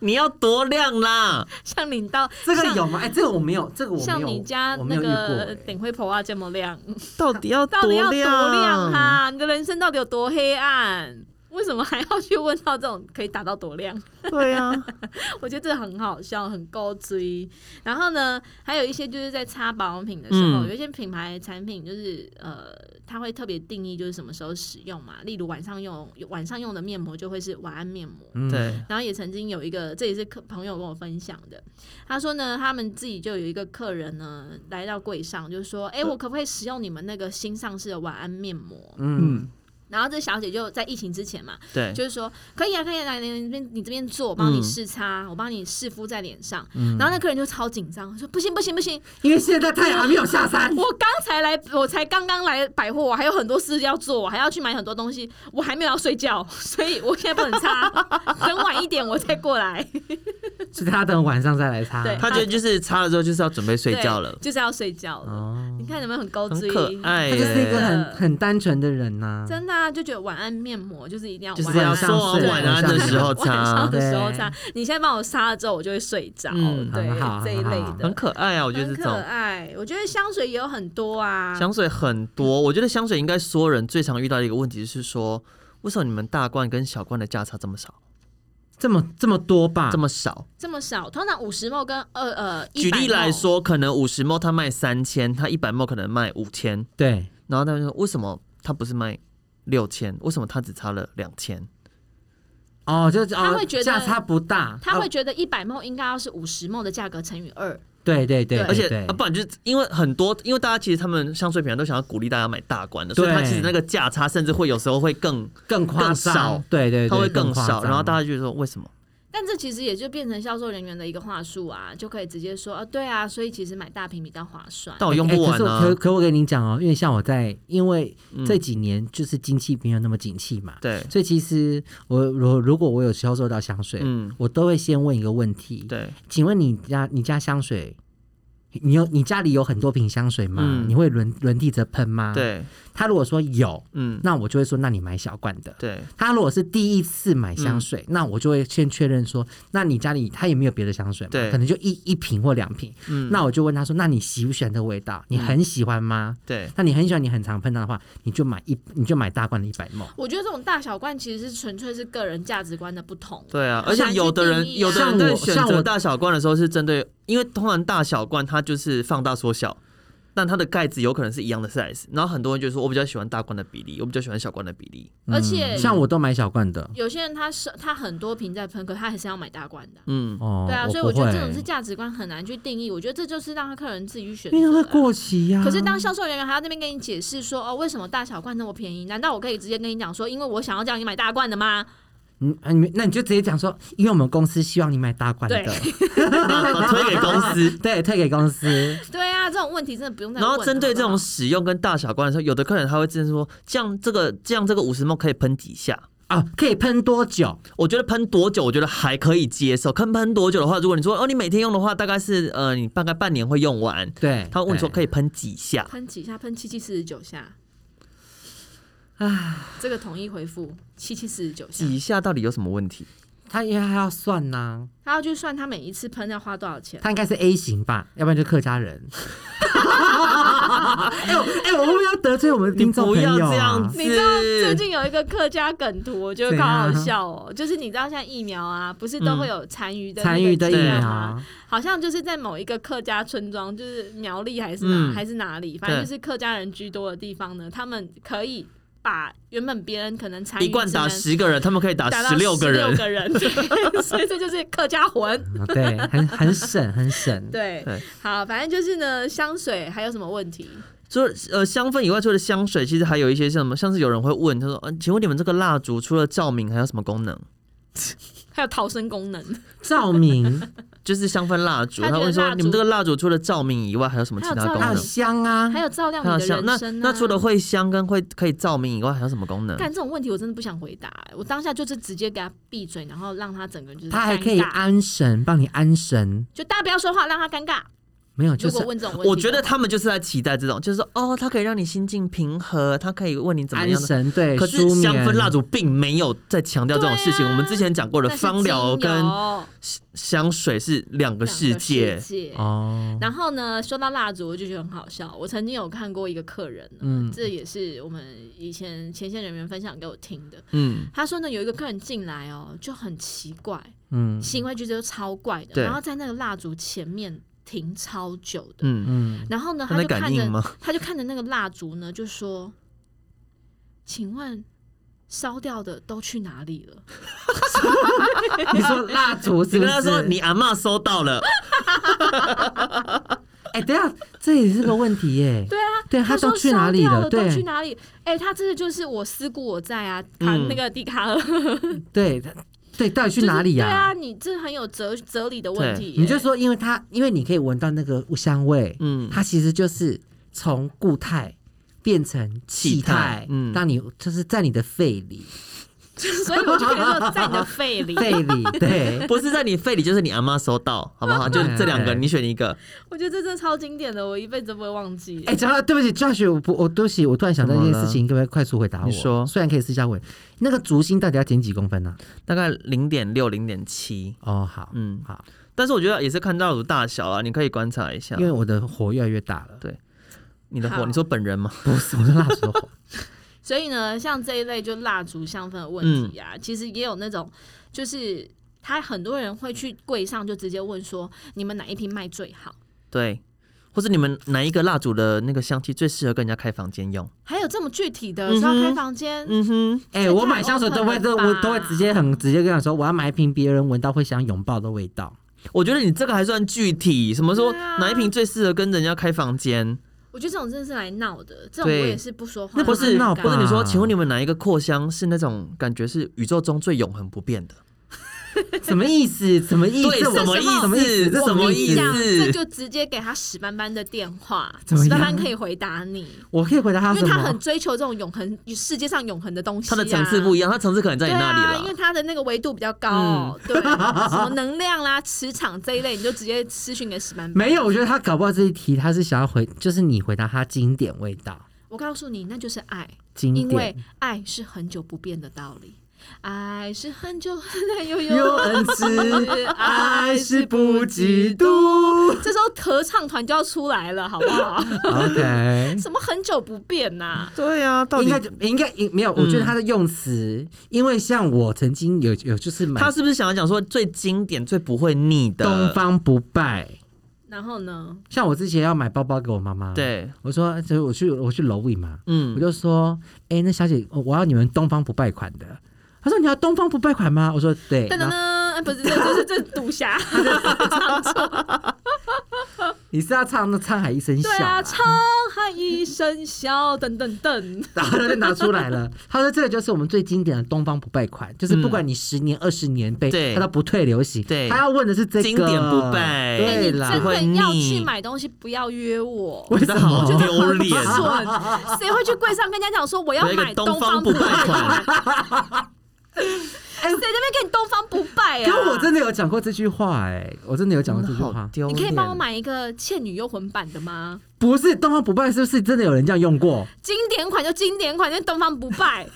Speaker 2: 你要多亮啦！
Speaker 3: 像你到
Speaker 4: 这个
Speaker 3: 像
Speaker 4: 有吗？哎，这个我没有，这个我没有。
Speaker 3: 像你家
Speaker 4: 我
Speaker 3: 那
Speaker 4: 没有遇
Speaker 3: 个
Speaker 4: 过。哎
Speaker 3: 顶灰婆啊这么亮，
Speaker 2: 到底要
Speaker 3: 到底要多
Speaker 2: 亮？
Speaker 3: 亮 啊？你的人生到底有多黑暗？为什么还要去问到这种可以打到多亮？
Speaker 2: 对啊，
Speaker 3: 我觉得这很好笑，很高追。然后呢，还有一些就是在擦保养品的时候，
Speaker 2: 嗯
Speaker 3: 有一些品牌产品就是呃，它会特别定义就是什么时候使用嘛。例如晚上用晚上用的面膜就会是晚安面膜。
Speaker 4: 嗯，
Speaker 2: 对，
Speaker 3: 然后也曾经有一个，这也是客朋友跟我分享的。他说呢，他们自己就有一个客人呢，来到柜上就说：“哎，我可不可以使用你们那个新上市的晚安面膜
Speaker 4: 嗯，？”
Speaker 3: 然后这小姐就在疫情之前嘛，
Speaker 2: 对，
Speaker 3: 就是说可以啊，可以啊，来你这边你这边做，我帮你
Speaker 2: 嗯
Speaker 3: 试擦，我帮你试敷在脸上。然后那客人就超紧张，说不行不行不行，
Speaker 4: 因为现在太阳还没有 下山，
Speaker 3: 我刚才来，我才刚刚来百货，我还有很多事要做，我还要去买很多东西，我还没有要睡觉， 所以我现在不能擦，等晚一点我再过来。
Speaker 4: 所以他等晚上再来擦。
Speaker 3: 对
Speaker 2: 他觉得就是擦了之后就是要准备睡
Speaker 3: 对
Speaker 2: 觉了，
Speaker 3: 就是要睡觉了。
Speaker 4: 哦，
Speaker 3: 你看有没有很高
Speaker 2: 很
Speaker 3: 追？
Speaker 2: 可爱啊欸
Speaker 4: 他就是一个
Speaker 2: 耶。
Speaker 4: 很很单纯的人呐。
Speaker 3: 真的、啊、就觉得晚安面膜就是一定要
Speaker 2: 就是
Speaker 3: 晚
Speaker 2: 要
Speaker 3: 安，
Speaker 2: 说完
Speaker 3: 对
Speaker 2: 晚安的时候
Speaker 3: 晚上
Speaker 2: 擦，
Speaker 3: 的时候
Speaker 4: 对
Speaker 3: 擦。你现在帮我擦了之后，我就会睡着。
Speaker 2: 嗯
Speaker 3: 对
Speaker 4: 很好，
Speaker 3: 这一类
Speaker 4: 很好
Speaker 2: 很
Speaker 3: 的。
Speaker 2: 可爱啊！我觉得
Speaker 3: 很
Speaker 2: 这
Speaker 3: 可
Speaker 2: 种
Speaker 3: 爱，我觉得香水也有很多啊。
Speaker 2: 香水很多，我觉得香水应该所有人最常遇到的一个问题是说，为什么你们大罐跟小罐的价差这么少？
Speaker 4: 这么这么多吧？
Speaker 2: 这么少？
Speaker 3: 这么少，通常五十毛跟二呃，
Speaker 2: 举例
Speaker 3: 100ml
Speaker 2: 来，说，可能五十 ml 它卖三千，它一百 ml 可能卖五千，
Speaker 4: 对，
Speaker 2: 然后他就说为什么它不是卖六千？为什么它只差了两千？
Speaker 4: 哦，就是
Speaker 3: 他
Speaker 4: 哦
Speaker 3: 会觉得
Speaker 4: 价差不大，
Speaker 3: 他会
Speaker 4: 哦
Speaker 3: 觉得一百毛应该要是五十毛的价格乘以二，
Speaker 4: 对对对，
Speaker 3: 对
Speaker 2: 而且
Speaker 4: 对
Speaker 2: 啊，不然就是因为很多，因为大家其实他们香水品牌都想要鼓励大家买大罐的，所以
Speaker 4: 对
Speaker 2: 它其实那个价差甚至会有时候会更，
Speaker 4: 更夸
Speaker 2: 更
Speaker 4: 张
Speaker 2: 少，
Speaker 4: 对对对，
Speaker 2: 它会更
Speaker 4: 夸
Speaker 2: 少，
Speaker 4: 张
Speaker 2: 然后大家就说为什么？
Speaker 3: 但这其实也就变成销售人员的一个话术啊，就可以直接说啊，对啊，所以其实买大瓶比较划算。
Speaker 2: 但我用不
Speaker 4: 哎
Speaker 2: 完
Speaker 4: 可是
Speaker 2: 啊嗯
Speaker 4: 我可，可我跟你讲哦，因为像我在，因为这几年就是经济没有那么景气嘛，
Speaker 2: 对
Speaker 4: 所以其实我如如果我有销售到香水，
Speaker 2: 嗯
Speaker 4: 我都会先问一个问题，
Speaker 2: 对，
Speaker 4: 请问你家你家香水，你有你家里有很多瓶香水吗？
Speaker 2: 嗯
Speaker 4: 你会轮轮替着喷吗？，
Speaker 2: 对，
Speaker 4: 他如果说有，
Speaker 2: 嗯，
Speaker 4: 那我就会说，那你买小罐的。
Speaker 2: 对，
Speaker 4: 他如果是第一次买香水，
Speaker 3: 嗯
Speaker 4: 那我就会先确认说，那你家里他也没有别的香水嘛，
Speaker 2: 对
Speaker 4: 可能就一一瓶或两瓶。
Speaker 2: 嗯，
Speaker 4: 那我就问他说，那你喜不喜欢这个味道？你很喜欢吗？
Speaker 2: 对，
Speaker 4: 那你很喜欢，你很常碰到的话，你就买一，你就买大罐的一百梦。
Speaker 3: 我觉得这种大小罐其实是纯粹是个人价值观的不同。
Speaker 2: 对啊，
Speaker 3: 很
Speaker 2: 而且
Speaker 3: 难
Speaker 2: 有
Speaker 3: 去
Speaker 2: 的
Speaker 3: 定
Speaker 2: 人
Speaker 3: 义
Speaker 2: 有的
Speaker 3: 啊
Speaker 2: 人在
Speaker 4: 像我
Speaker 2: 选
Speaker 4: 像
Speaker 2: 择
Speaker 4: 我
Speaker 2: 大小罐的时候是针对，因为通常大小罐它就是放大缩小，但它的盖子有可能是一样的 size，然后很多人就说我比较喜欢大罐的比例，我比较喜欢小罐的比例。
Speaker 3: 而且
Speaker 4: 嗯像我都买小罐的
Speaker 3: 有些人他是他很多瓶在喷，可他还是要买大罐的啊。
Speaker 2: 嗯，
Speaker 4: 哦。
Speaker 3: 对啊，所以
Speaker 4: 不
Speaker 3: 我觉得
Speaker 4: 会
Speaker 3: 这种是价值观很难去定义，我觉得这就是让客人自己去选择
Speaker 4: 因为会
Speaker 3: 啊。
Speaker 4: 过期呀、
Speaker 3: 可是当销售人员还要那边跟你解释说，哦，为什么大小罐那么便宜？难道我可以直接跟你讲说，因为我想要叫你买大罐的吗？
Speaker 4: 你啊你那你就直接讲说，因为我们公司希望你买大罐的，
Speaker 2: 把推给公司。
Speaker 4: 对，退给公司。
Speaker 3: 对啊，这种问题真的不用再问
Speaker 2: 然
Speaker 3: 了。
Speaker 2: 后针对这
Speaker 3: 好
Speaker 2: 种
Speaker 3: 不好
Speaker 2: 使用跟大小罐的时候，有的客人他会直接说，这样这个这样这个五十 ml 可以喷几下？
Speaker 4: 哦，可以喷多久？
Speaker 2: 我觉得喷多久，我觉得还可以接受。看喷多久的话，如果你说哦，你每天用的话，大概是呃，你大概半年会用完。
Speaker 4: 对，
Speaker 2: 他问你说可
Speaker 4: 以。
Speaker 2: 以喷几下？
Speaker 3: 喷几下，喷七七四十九下。唉，这个统一回复七七四十九下，
Speaker 2: 几下到底有什么问题？
Speaker 4: 他因为他要算呐、
Speaker 3: 他要去算他每一次喷要花多少钱。
Speaker 4: 他应该是 A 型吧，要不然就客家人。 哎、我哎、我会不会要得罪 我们的听众
Speaker 2: 不
Speaker 4: 朋
Speaker 2: 要
Speaker 4: 友、啊？
Speaker 2: 这样子。
Speaker 3: 你知道最近有一个客家梗图，我觉得
Speaker 4: 怎
Speaker 3: 好
Speaker 4: 样
Speaker 3: 好笑哦。就是你知道像疫苗啊，不是都会有残余的那个
Speaker 4: 残余的疫
Speaker 3: 剂量吗？
Speaker 4: 苗，
Speaker 3: 好像就是在某一个客家村庄，就是苗栗还是哪、
Speaker 2: 嗯
Speaker 3: 还是哪里，反正
Speaker 2: 对
Speaker 3: 就是客家人居多的地方呢，他们可以把原本别人可能参与
Speaker 2: 一罐打
Speaker 3: 只能
Speaker 2: 十个人，他们可以打
Speaker 3: 打
Speaker 2: 十六
Speaker 3: 个
Speaker 2: 个人。
Speaker 3: 个 人，对所以这就是客家魂。
Speaker 4: 啊对，很很省，很省。
Speaker 3: 对
Speaker 2: 对，
Speaker 3: 好，反正就是呢，香水还有什么问题？
Speaker 2: 除了呃香氛以外，除了香水，其实还有一些像什么，像是有人会问，他说：“嗯、请问你们这个蜡烛除了照明还有什么功能？”
Speaker 3: 还有逃生功能，
Speaker 4: 照明，
Speaker 2: 就是香氛蜡烛，
Speaker 3: 他觉
Speaker 2: 他
Speaker 3: 得
Speaker 2: 会
Speaker 3: 蜡
Speaker 2: 说：“
Speaker 3: 烛
Speaker 2: 你们这个蜡烛除了照明以外，还有什么其他功
Speaker 3: 还
Speaker 4: 还有
Speaker 2: 能
Speaker 4: 香啊，
Speaker 3: 还有照？”亮你
Speaker 2: 还有
Speaker 3: 的
Speaker 2: 香，
Speaker 3: 人
Speaker 2: 那
Speaker 3: 生、啊
Speaker 2: 那除了会香跟会可以照明以外，还有什么功能？
Speaker 3: 干这种问题，我真的不想回答、欸我当下就是直接给他闭嘴，然后让他整个人就是
Speaker 4: 他还
Speaker 3: 尴
Speaker 4: 可以
Speaker 3: 尬
Speaker 4: 安神，帮你安神。
Speaker 3: 就大家不要说话，让他尴尬。
Speaker 4: 没有，就
Speaker 3: 如
Speaker 4: 是
Speaker 3: 果问这种问题的话，
Speaker 2: 我觉得他们就是在期待这种，就是说哦，它可以让你心境平和，它可以问你怎么
Speaker 4: 安
Speaker 2: 样的。
Speaker 4: 神，对，
Speaker 2: 可是
Speaker 4: 舒眠
Speaker 2: 香氛蜡烛并没有在强调这种事情。
Speaker 3: 对啊
Speaker 2: 我们之前讲过的
Speaker 3: 那是
Speaker 2: 芳疗
Speaker 3: 精油
Speaker 2: 跟
Speaker 3: 两
Speaker 2: 香水是两个
Speaker 3: 个
Speaker 2: 世界。
Speaker 3: 界
Speaker 4: 哦，
Speaker 3: 然后呢，说到蜡烛，我就觉得很好笑。我曾经有看过一个客人呢，
Speaker 4: 嗯
Speaker 3: 这也是我们以前前线人员分享给我听的。
Speaker 2: 嗯，
Speaker 3: 他说呢，有一个客人进来哦，就很奇怪，
Speaker 4: 嗯
Speaker 3: 行为举止都超怪的，
Speaker 2: 对
Speaker 3: 然后在那个蜡烛前面停超久的，
Speaker 2: 嗯，
Speaker 4: 嗯，
Speaker 3: 然后呢，
Speaker 2: 他在
Speaker 3: 他就看
Speaker 2: 感应吗
Speaker 3: 着他就看着那个蜡烛呢，就说：“请问烧掉的都去哪里了？”
Speaker 4: 你说蜡烛是
Speaker 2: 你
Speaker 4: 不
Speaker 2: 跟他
Speaker 4: 是？
Speaker 2: 说你阿嬷收到了，
Speaker 4: 哎、等一下，这也是个问题耶。
Speaker 3: 对啊，
Speaker 4: 对他
Speaker 3: 他说
Speaker 4: 都去哪里
Speaker 3: 烧掉
Speaker 4: 了？
Speaker 3: 了？
Speaker 4: 对
Speaker 3: 都去哪里？哎、他这个就是我思故我在啊，卡
Speaker 2: 嗯
Speaker 3: 那个笛卡尔
Speaker 4: 对他对，到底去哪里
Speaker 3: 就是
Speaker 4: 呀、
Speaker 3: 对啊，你这很有哲哲理的问题耶、
Speaker 4: 你就说，因为它，因为你可以闻到那个香味，
Speaker 2: 嗯
Speaker 4: 它其实就是从固态变成气
Speaker 2: 气态
Speaker 4: 态，
Speaker 2: 嗯
Speaker 4: 让你就是在你的肺 里，
Speaker 3: 所以我就跟他说，在你的肺里，
Speaker 4: 肺 里，对，
Speaker 2: 不是在你肺里，就是你阿嬷收到，好不好？就这两个，
Speaker 4: 对
Speaker 2: 你选一个。
Speaker 3: 我觉得这真的超经典的，我一辈子都不会忘记。
Speaker 4: 哎，讲到对不起，Josh，我不，我对不起，我突然想到一件事情，你可不可以快速回答我？
Speaker 2: 你说
Speaker 4: 虽然可以私下问，那个竹心到底要减几公分啊呢、
Speaker 2: 大概零点六、零点七，
Speaker 4: 哦，好，
Speaker 2: 嗯，
Speaker 4: 好，
Speaker 2: 但是我觉得也是看蜡烛大小啊，你可以观察一下
Speaker 4: 因。为我的火越来越大了，
Speaker 2: 你的火，
Speaker 3: 好
Speaker 2: 你说本人吗？
Speaker 4: 不是我的蜡烛的火，
Speaker 3: 所以呢，像这一类就蜡烛香氛的
Speaker 4: 嗯
Speaker 3: 问题啊，其实也有那种，就是他很多人会去柜上就直接问说，你们哪一瓶卖最好？
Speaker 2: 对，或者你们哪一个蜡烛的那个香气最适合跟人家开房间用？
Speaker 3: 还有这么具体的
Speaker 2: 嗯哼
Speaker 3: 说要开房间，
Speaker 2: 嗯哼，
Speaker 4: 哎、
Speaker 3: 这
Speaker 4: 我
Speaker 3: 太
Speaker 4: 买香水都会
Speaker 3: open
Speaker 4: 都
Speaker 3: 了吧
Speaker 4: 我都会直接很直接跟他说，我要买一瓶别人闻到会想拥抱的味道。
Speaker 2: 我觉得你这个还算具体，什么说
Speaker 3: 对啊
Speaker 2: 哪一瓶最适合跟人家开房间？
Speaker 3: 我觉得这种真的是来闹的，这种我
Speaker 2: 对
Speaker 3: 也是不说话，
Speaker 4: 那不
Speaker 2: 或
Speaker 4: 是
Speaker 2: 是
Speaker 4: 闹
Speaker 3: 闹
Speaker 4: 吧
Speaker 2: 或者你说，请问你们哪一个扩香是那种感觉是宇宙中最永恒不变的？
Speaker 4: 什么意思？什么意思？
Speaker 2: 对
Speaker 4: 这
Speaker 2: 什么
Speaker 4: 什么
Speaker 2: 意思
Speaker 4: 这
Speaker 2: 这什么意思
Speaker 3: 这样，这就直接给他史班班的电 话，
Speaker 4: 怎么
Speaker 3: 史
Speaker 4: 样
Speaker 3: 班班可以回答你，
Speaker 4: 我可以回答他
Speaker 3: 因
Speaker 4: 什
Speaker 3: 为他很
Speaker 4: 么？
Speaker 3: 追求这种永恒、世界上永恒的东西、啊。
Speaker 2: 它的层次不一样，它层次可能在
Speaker 3: 对
Speaker 2: 你那
Speaker 3: 啊，
Speaker 2: 里
Speaker 3: 因
Speaker 2: 了嗯
Speaker 3: 为。他的那个维度比较高， 对，啊什么能量啦、磁场这一类，你就直接私讯给史班班。
Speaker 4: 没有，我觉得他搞不好这一题他是想要回，就是你回答他经典味道，
Speaker 3: 我告诉你，那就是爱，
Speaker 4: 经
Speaker 3: 因为
Speaker 4: 典。
Speaker 3: 爱是很久不变的道理，爱是很久 哎很久悠
Speaker 4: 有
Speaker 3: 悠。
Speaker 4: 恩之，爱是不嫉 妒。
Speaker 3: 这时候合唱团就要出来了，好不好？
Speaker 4: OK，
Speaker 3: 什么很久不变呐、
Speaker 2: 对啊，到
Speaker 4: 应
Speaker 2: 底
Speaker 4: 该就应该没有，我觉得他的用词，因为像我曾经有有就是买
Speaker 2: 他是不是想要讲说最经典、最不会腻的
Speaker 4: 东方不败，
Speaker 3: 然 后呢，
Speaker 4: 像我之前要买包包给我妈妈，，
Speaker 2: 对，
Speaker 4: 我说就是我去我去楼尾嘛，
Speaker 2: 嗯，
Speaker 4: 我就说，哎、那小姐，我我要你们东方不败款的。她说你要东方不败款吗？我说对。
Speaker 3: 噔噔
Speaker 4: 然
Speaker 3: 噔，
Speaker 4: 后
Speaker 3: 哎不是，这这是这是赌侠，
Speaker 4: 你是要唱那沧海一声笑
Speaker 3: 对啊，
Speaker 4: 啦，
Speaker 3: 沧海一声笑，噔噔 噔，
Speaker 4: 然后她就拿出 来了。她说这个就是我们最经典的东方不败款，就是不管你十年二十年被，
Speaker 2: 嗯对
Speaker 4: 它都不退流行。
Speaker 2: 对
Speaker 4: 她要问的是这个
Speaker 2: 经典不败哎
Speaker 4: 对
Speaker 2: 你
Speaker 4: 啦
Speaker 2: 这
Speaker 3: 真，
Speaker 2: 会
Speaker 3: 的要
Speaker 2: 腻
Speaker 3: 去买东西，不要约我。
Speaker 2: 我觉得好
Speaker 4: 为什么
Speaker 2: 丢脸啊
Speaker 3: 不准，谁会去柜上跟人家讲说我要
Speaker 2: 有一个
Speaker 3: 买
Speaker 2: 东方
Speaker 3: 方
Speaker 2: 不败
Speaker 3: 败
Speaker 2: 款？
Speaker 3: 谁在那边给你东方不败啊？
Speaker 4: 可我真的有讲过这句话哎、我真的有讲过这句
Speaker 2: 好
Speaker 4: 话。
Speaker 2: 丢
Speaker 3: 你
Speaker 2: 脸。
Speaker 3: 可以帮我买一个《倩女幽魂》版的吗？
Speaker 4: 不是东方不败，是不是真的有人这样用过？
Speaker 3: 经典款就经典款，就东方不败，？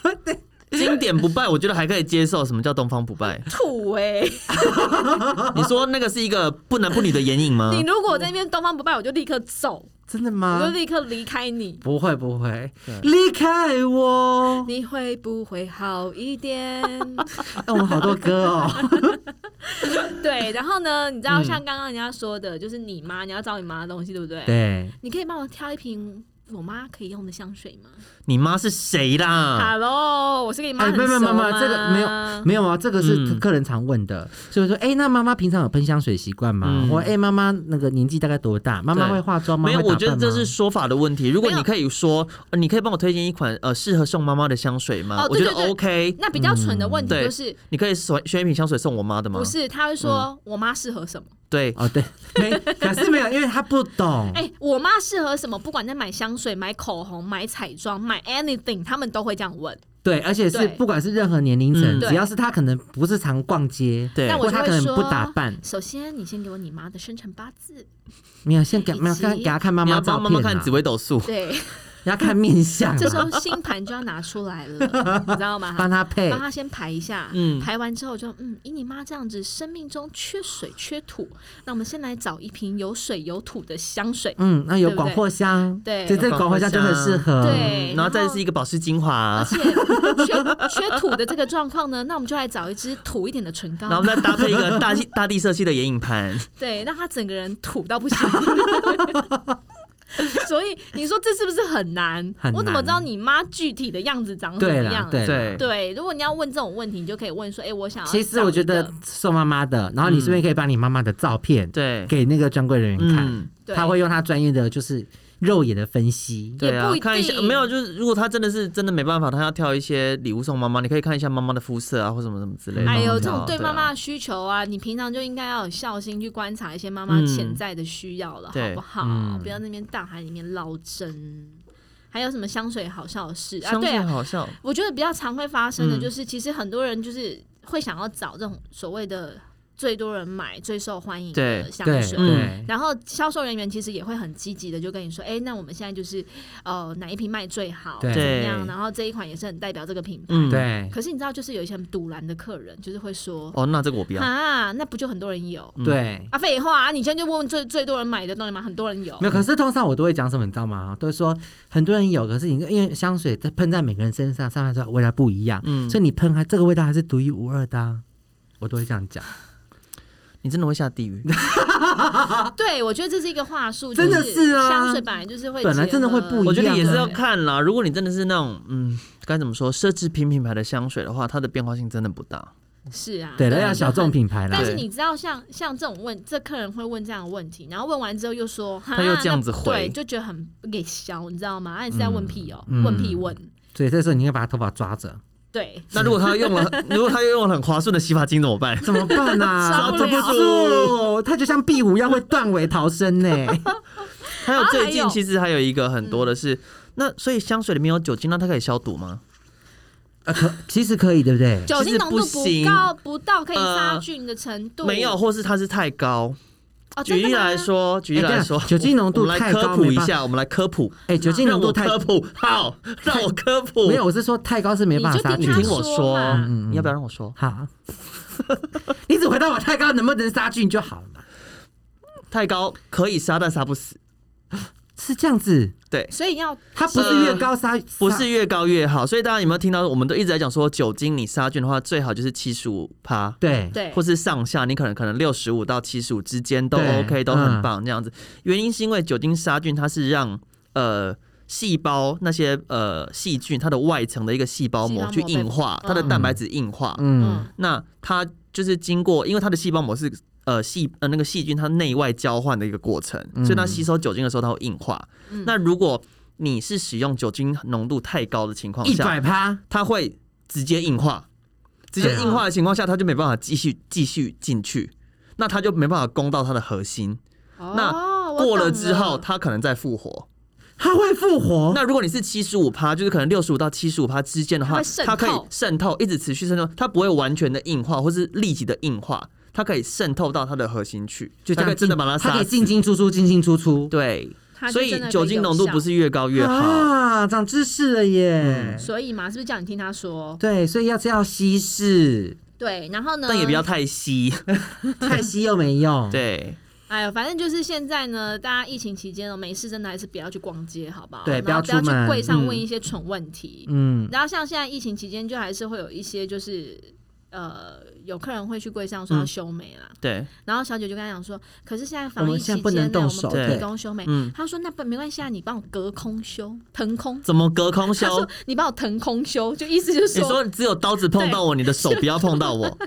Speaker 2: 经典不败，我觉得还可以接受。什么叫东方不败
Speaker 3: 土哎、
Speaker 2: 你说那个是一个不男不女的眼影吗
Speaker 3: 你？如果在那边东方不败，我就立刻走，
Speaker 4: 真的
Speaker 3: 我就
Speaker 4: 吗？
Speaker 3: 立刻离开你。
Speaker 4: 不会不会
Speaker 2: 对，
Speaker 4: 离开我！
Speaker 3: 你会不会好一点？
Speaker 4: 哎，我们好多歌 哦。
Speaker 3: 对，然后呢？你知道
Speaker 2: 嗯
Speaker 3: 像刚刚人家说的，就是你妈，你要找你妈的东西，对不对？
Speaker 4: 对，
Speaker 3: 你可以帮我挑一瓶我妈可以用的香水吗
Speaker 2: 你妈是谁啦？
Speaker 3: ？Hello，我是跟你妈
Speaker 4: 啊哎，
Speaker 3: 很
Speaker 4: 没有没有没
Speaker 3: 熟
Speaker 4: 有没有，
Speaker 3: 吗？
Speaker 4: 这个没有没有啊，这个是
Speaker 2: 嗯
Speaker 4: 客人常问的，所以我说，哎，那妈妈平常有喷香水习惯吗
Speaker 2: 嗯？
Speaker 4: 我哎，妈妈那个年纪大概多大？妈妈
Speaker 2: 对
Speaker 4: 会化妆吗？
Speaker 2: 没有，
Speaker 4: 会打
Speaker 2: 我觉得
Speaker 4: 扮
Speaker 2: 这
Speaker 4: 吗
Speaker 2: 是说法的问题。如果
Speaker 3: 没有
Speaker 2: 你可以说，呃你可以帮我推荐一款呃适合送妈妈的香水吗？
Speaker 3: 哦
Speaker 2: 我
Speaker 3: 对
Speaker 2: 觉
Speaker 3: 对
Speaker 2: 得
Speaker 3: 对
Speaker 2: OK。
Speaker 3: 那比较蠢的问
Speaker 2: 嗯
Speaker 3: 题
Speaker 2: 对
Speaker 3: 就是，
Speaker 2: 你可以选选一瓶香水送我妈的吗？
Speaker 3: 不，是他会说
Speaker 4: 嗯
Speaker 3: 我妈适合什么？
Speaker 2: 对，
Speaker 4: 哦，对， 没，可是没有，因为他不懂。
Speaker 3: 哎、我妈适合什么？不管在买香水、买口红、买彩妆、买 anything，他们都会这样问。
Speaker 4: 对，而且
Speaker 3: 对
Speaker 4: 是不管是任何年龄层，
Speaker 2: 嗯
Speaker 4: 只要是他可能不是常逛街，
Speaker 2: 对
Speaker 3: 那我
Speaker 4: 或
Speaker 3: 就
Speaker 4: 他
Speaker 3: 会
Speaker 4: 可能
Speaker 3: 说
Speaker 4: 不打扮，
Speaker 3: 首先，你先给我你妈的生辰八字，
Speaker 4: 没有先给
Speaker 3: 以
Speaker 4: 没有看
Speaker 3: 及
Speaker 4: 给他看妈
Speaker 2: 你
Speaker 4: 妈
Speaker 2: 要
Speaker 4: 照
Speaker 2: 帮
Speaker 4: 片
Speaker 2: 妈
Speaker 4: 啊，
Speaker 2: 妈看紫微斗数。
Speaker 3: 对，
Speaker 4: 要看面相啊，
Speaker 3: 这时候星盘就要拿出来了，你知道 吗？
Speaker 4: 帮他配
Speaker 3: 帮。他先排一下，
Speaker 2: 嗯
Speaker 3: 排完之后就嗯，以你妈这样子，生命中缺水缺土，那我们先来找一瓶有水有土的香水，
Speaker 4: 嗯，那
Speaker 3: 对
Speaker 4: 有
Speaker 3: 不
Speaker 4: 广
Speaker 3: 对
Speaker 4: 藿香，
Speaker 3: 对
Speaker 4: 就这个
Speaker 2: 广
Speaker 4: 广
Speaker 2: 藿
Speaker 4: 藿香就很适
Speaker 2: 香
Speaker 4: 合。
Speaker 3: 对
Speaker 2: 嗯然后再
Speaker 3: 然后
Speaker 2: 是一个保湿精
Speaker 3: 而
Speaker 4: 啊
Speaker 2: 华，啊
Speaker 3: 且缺缺土的这个状况呢，那我们就来找一支土一点的唇膏，
Speaker 2: 然后再搭配一个大地 大地色系的眼影盘。
Speaker 3: 对，让他整个人土到不行。 所以你说这是不是很难？
Speaker 4: 很
Speaker 3: 我怎么
Speaker 4: 难
Speaker 3: 知道你妈具体的样子长什
Speaker 4: 对
Speaker 3: 么
Speaker 4: 啦
Speaker 3: 样，？
Speaker 4: 对啦
Speaker 2: 对
Speaker 3: 对如果你要问这种问题，你就可以问说：“哎、我想要。”
Speaker 4: 其实我觉得，送妈妈的，然后你顺便可以把你妈妈的照片
Speaker 2: 对，
Speaker 4: 给那个专柜人员看，
Speaker 2: 嗯，
Speaker 3: 对
Speaker 4: 他会用他专业的就是肉眼的分析。
Speaker 2: 对
Speaker 3: 也
Speaker 2: 啊
Speaker 3: 不一，定
Speaker 2: 看一下没有，就是如果他真的是真的没办法，他要挑一些礼物送妈妈，你可以看一下妈妈的肤色啊，或什么什么之类的。
Speaker 3: 哎呦，
Speaker 2: 嗯
Speaker 3: 这种对妈妈
Speaker 2: 啊
Speaker 3: 的需求啊，你平常就应该要有孝心去观察一些妈妈
Speaker 2: 嗯
Speaker 3: 潜在的需要了，好
Speaker 2: 对
Speaker 3: 不好？
Speaker 4: 嗯
Speaker 3: 不要那边大海里面捞针。还有什么香水好笑的事啊？
Speaker 2: 相
Speaker 3: 对
Speaker 2: 信
Speaker 3: 啊，
Speaker 2: 好笑，
Speaker 3: 我觉得比较常会发生的
Speaker 2: 嗯
Speaker 3: 就是，其实很多人就是会想要找这种所谓的最多人买、最受欢迎的
Speaker 2: 对
Speaker 3: 香
Speaker 4: 对嗯
Speaker 3: 水。
Speaker 4: 对，
Speaker 3: 然后销售人员其实也会很积极的就跟你说，哎、那我们现在就是呃哪一瓶卖最好，怎
Speaker 4: 对
Speaker 3: 么样？
Speaker 2: 对
Speaker 3: 然后这一款也是很代表这个品牌。
Speaker 2: 嗯，。
Speaker 4: 对
Speaker 3: 可是你知道，就是有一些很堵拦的客人，就是会说，
Speaker 2: 哦，那这个我不要。
Speaker 3: 啊，那不就很多人有
Speaker 2: 嗯
Speaker 4: 对。
Speaker 3: 啊？废话、啊，你现在就问问最最多人买的东西嘛，很多人有
Speaker 4: 没。有，可是通常我都会讲什么，你知道吗？都会说很多人有，可是你因为香水在喷在每个人身上，上来之后味道不一样，
Speaker 2: 嗯
Speaker 4: 所以你喷它这个味道还是独一无二的啊、我都会这样 讲，
Speaker 2: 你真的会下地 狱。
Speaker 3: 对，我觉得这是一个话术，
Speaker 4: 真的
Speaker 3: 就是
Speaker 4: 是啊
Speaker 3: 香水本来就是会结合，
Speaker 4: 本来真的会不一样
Speaker 2: 我觉得也是
Speaker 4: 欸
Speaker 2: 要看啦。如果你真的是那种，嗯，该怎么说，奢侈品品牌的香水的话，它的变化性真的不大。
Speaker 3: 是啊，
Speaker 4: 对，那要小众。品牌啦
Speaker 3: 但。是
Speaker 2: 对
Speaker 3: 你知道像，像这种问，这客人会问这样的问题，然后问完之后又说，哈
Speaker 2: 他又这样子回
Speaker 3: 那对，就觉得很给削，你知道吗？那、你是在问屁
Speaker 4: 嗯
Speaker 3: 哦、问屁问，
Speaker 4: 所以这时候你应该把他头发抓 着，
Speaker 3: 对，
Speaker 2: 那如果他用 了，如果他又用了很划算的洗发精怎么办？
Speaker 4: 怎么办
Speaker 3: 抓
Speaker 4: 啊？
Speaker 3: 不了
Speaker 4: 住，他就像壁虎一样会断尾逃生呢、
Speaker 2: 还有
Speaker 3: 啊
Speaker 2: 最
Speaker 3: 还
Speaker 2: 近
Speaker 3: 有
Speaker 2: 其实还有一个很多的
Speaker 4: 嗯
Speaker 2: 是，那所以香水里面有酒精，那它可以消毒吗？
Speaker 4: 啊可其实可以，对不对？
Speaker 3: 酒精浓度
Speaker 2: 其实不行
Speaker 3: 高，不到可以杀
Speaker 2: 呃
Speaker 3: 菌的程度，
Speaker 2: 没有，或是它是太高。
Speaker 3: 哦，真
Speaker 2: 举
Speaker 3: 的
Speaker 2: 例
Speaker 3: 吗
Speaker 2: 来，说，举例
Speaker 4: 哎
Speaker 2: 来
Speaker 4: 对
Speaker 2: 说，
Speaker 4: 酒精浓度
Speaker 2: 我们来
Speaker 4: 太高
Speaker 2: 科普
Speaker 4: 没
Speaker 2: 一
Speaker 4: 办
Speaker 2: 下，我们来科普，
Speaker 4: 哎、酒精
Speaker 2: 让
Speaker 4: 浓
Speaker 2: 我
Speaker 4: 度太
Speaker 2: 科普， 好，让我科普。
Speaker 4: 没有，，我是说太高是没
Speaker 3: 你
Speaker 4: 办
Speaker 3: 就
Speaker 4: 法杀
Speaker 3: 听
Speaker 4: 菌
Speaker 3: 他
Speaker 2: 听我
Speaker 3: 说
Speaker 2: 说
Speaker 3: 嘛，
Speaker 4: 嗯
Speaker 2: 你要不要让我说？
Speaker 4: 好， 你只回答我太高能不能杀菌就好了嘛。
Speaker 2: 太高可以杀，但杀不死。
Speaker 4: 是这样子，
Speaker 2: 对，
Speaker 3: 所以要
Speaker 4: 它不是越高杀，
Speaker 2: 不是越高越好。所以大家有没有听到？我们都一直在讲说，酒精你杀菌的话，最好就是七十五趴，
Speaker 4: 对
Speaker 3: 呃对
Speaker 2: 或是上下，你可能可能六十五到七十五之间都
Speaker 4: 对
Speaker 2: OK，都
Speaker 4: 嗯
Speaker 2: 很棒这样子。原因是因为酒精杀菌，它是让呃。细胞那些呃细菌，它的外层的一个细胞膜
Speaker 3: 细
Speaker 2: 去
Speaker 3: 胞膜被
Speaker 2: 硬化，
Speaker 3: 嗯
Speaker 2: 它的蛋白质硬化，
Speaker 4: 嗯，
Speaker 2: 那它就是经过，因为它的细胞膜是呃细呃那个细菌它内外交换的一个过程，
Speaker 4: 嗯
Speaker 2: 所以它吸收酒精的时候它会硬化。
Speaker 3: 嗯
Speaker 2: 那如果你是使用酒精浓度太高的情况
Speaker 4: 一
Speaker 2: 下，
Speaker 4: 百趴，
Speaker 2: 它会直接硬化，直接
Speaker 4: 对啊
Speaker 2: 硬化的情况下，它就没办法继续继续进去，那它就没办法攻到它的核心。那
Speaker 3: 哦我
Speaker 2: 过了
Speaker 3: 懂
Speaker 2: 之后，它可能再复活。
Speaker 4: 它会复活，
Speaker 3: 哦
Speaker 2: 那如果你是七十五趴，就是可能六十五到七十五趴之间的
Speaker 3: 它
Speaker 2: 话
Speaker 3: 会渗，
Speaker 2: 它可以
Speaker 3: 透
Speaker 2: 渗透，一直持续渗透，它不会完全的硬化或是立即的硬化，它可以渗透到它的核心去，
Speaker 4: 就这
Speaker 2: 它可
Speaker 4: 样
Speaker 2: 以真的把它
Speaker 4: 它
Speaker 2: 杀
Speaker 4: 可以
Speaker 2: 死。
Speaker 4: 进进出出，进进出出，
Speaker 2: 对，
Speaker 3: 它
Speaker 2: 所
Speaker 3: 就真
Speaker 2: 以
Speaker 3: 的
Speaker 2: 酒
Speaker 3: 可以
Speaker 2: 精
Speaker 3: 有
Speaker 2: 浓度不
Speaker 3: 效，
Speaker 2: 是越高越好。嗯
Speaker 4: 啊，长知识了耶！
Speaker 3: 所以嘛，是不是叫你听他说？
Speaker 4: 对，所以要是要 稀释，
Speaker 3: 对，然后呢？
Speaker 2: 但也不要太稀，
Speaker 3: 嗯
Speaker 4: 太稀又没用。，
Speaker 2: 对
Speaker 3: 哎呦，反正就是现在呢，大家疫情期间哦，没事真的还是不要去逛街，好不好？
Speaker 4: 对
Speaker 3: 然后
Speaker 4: 不
Speaker 3: 不
Speaker 4: 要出门
Speaker 3: 去柜上问一些蠢问题。
Speaker 4: 嗯，
Speaker 3: 然后像现在疫情期间，就还是会有一些就是呃，有客人会去柜上说
Speaker 4: 嗯
Speaker 3: 要修眉啦，
Speaker 2: 对，
Speaker 3: 然后小姐就跟他讲说，可是现在防
Speaker 4: 我
Speaker 3: 疫
Speaker 4: 们
Speaker 3: 期
Speaker 4: 现
Speaker 3: 间
Speaker 4: 在
Speaker 3: 呢，
Speaker 4: 不能动手
Speaker 3: 我们不
Speaker 2: 对
Speaker 3: 提供修眉。
Speaker 2: 嗯
Speaker 3: 他说那不没关系啊，你帮我隔空修，腾空。
Speaker 2: 怎么隔空
Speaker 3: 他
Speaker 2: 修
Speaker 3: 说？你帮我腾空修，就意思就是
Speaker 2: 你说只有刀子碰到我，你的手不要碰到 我。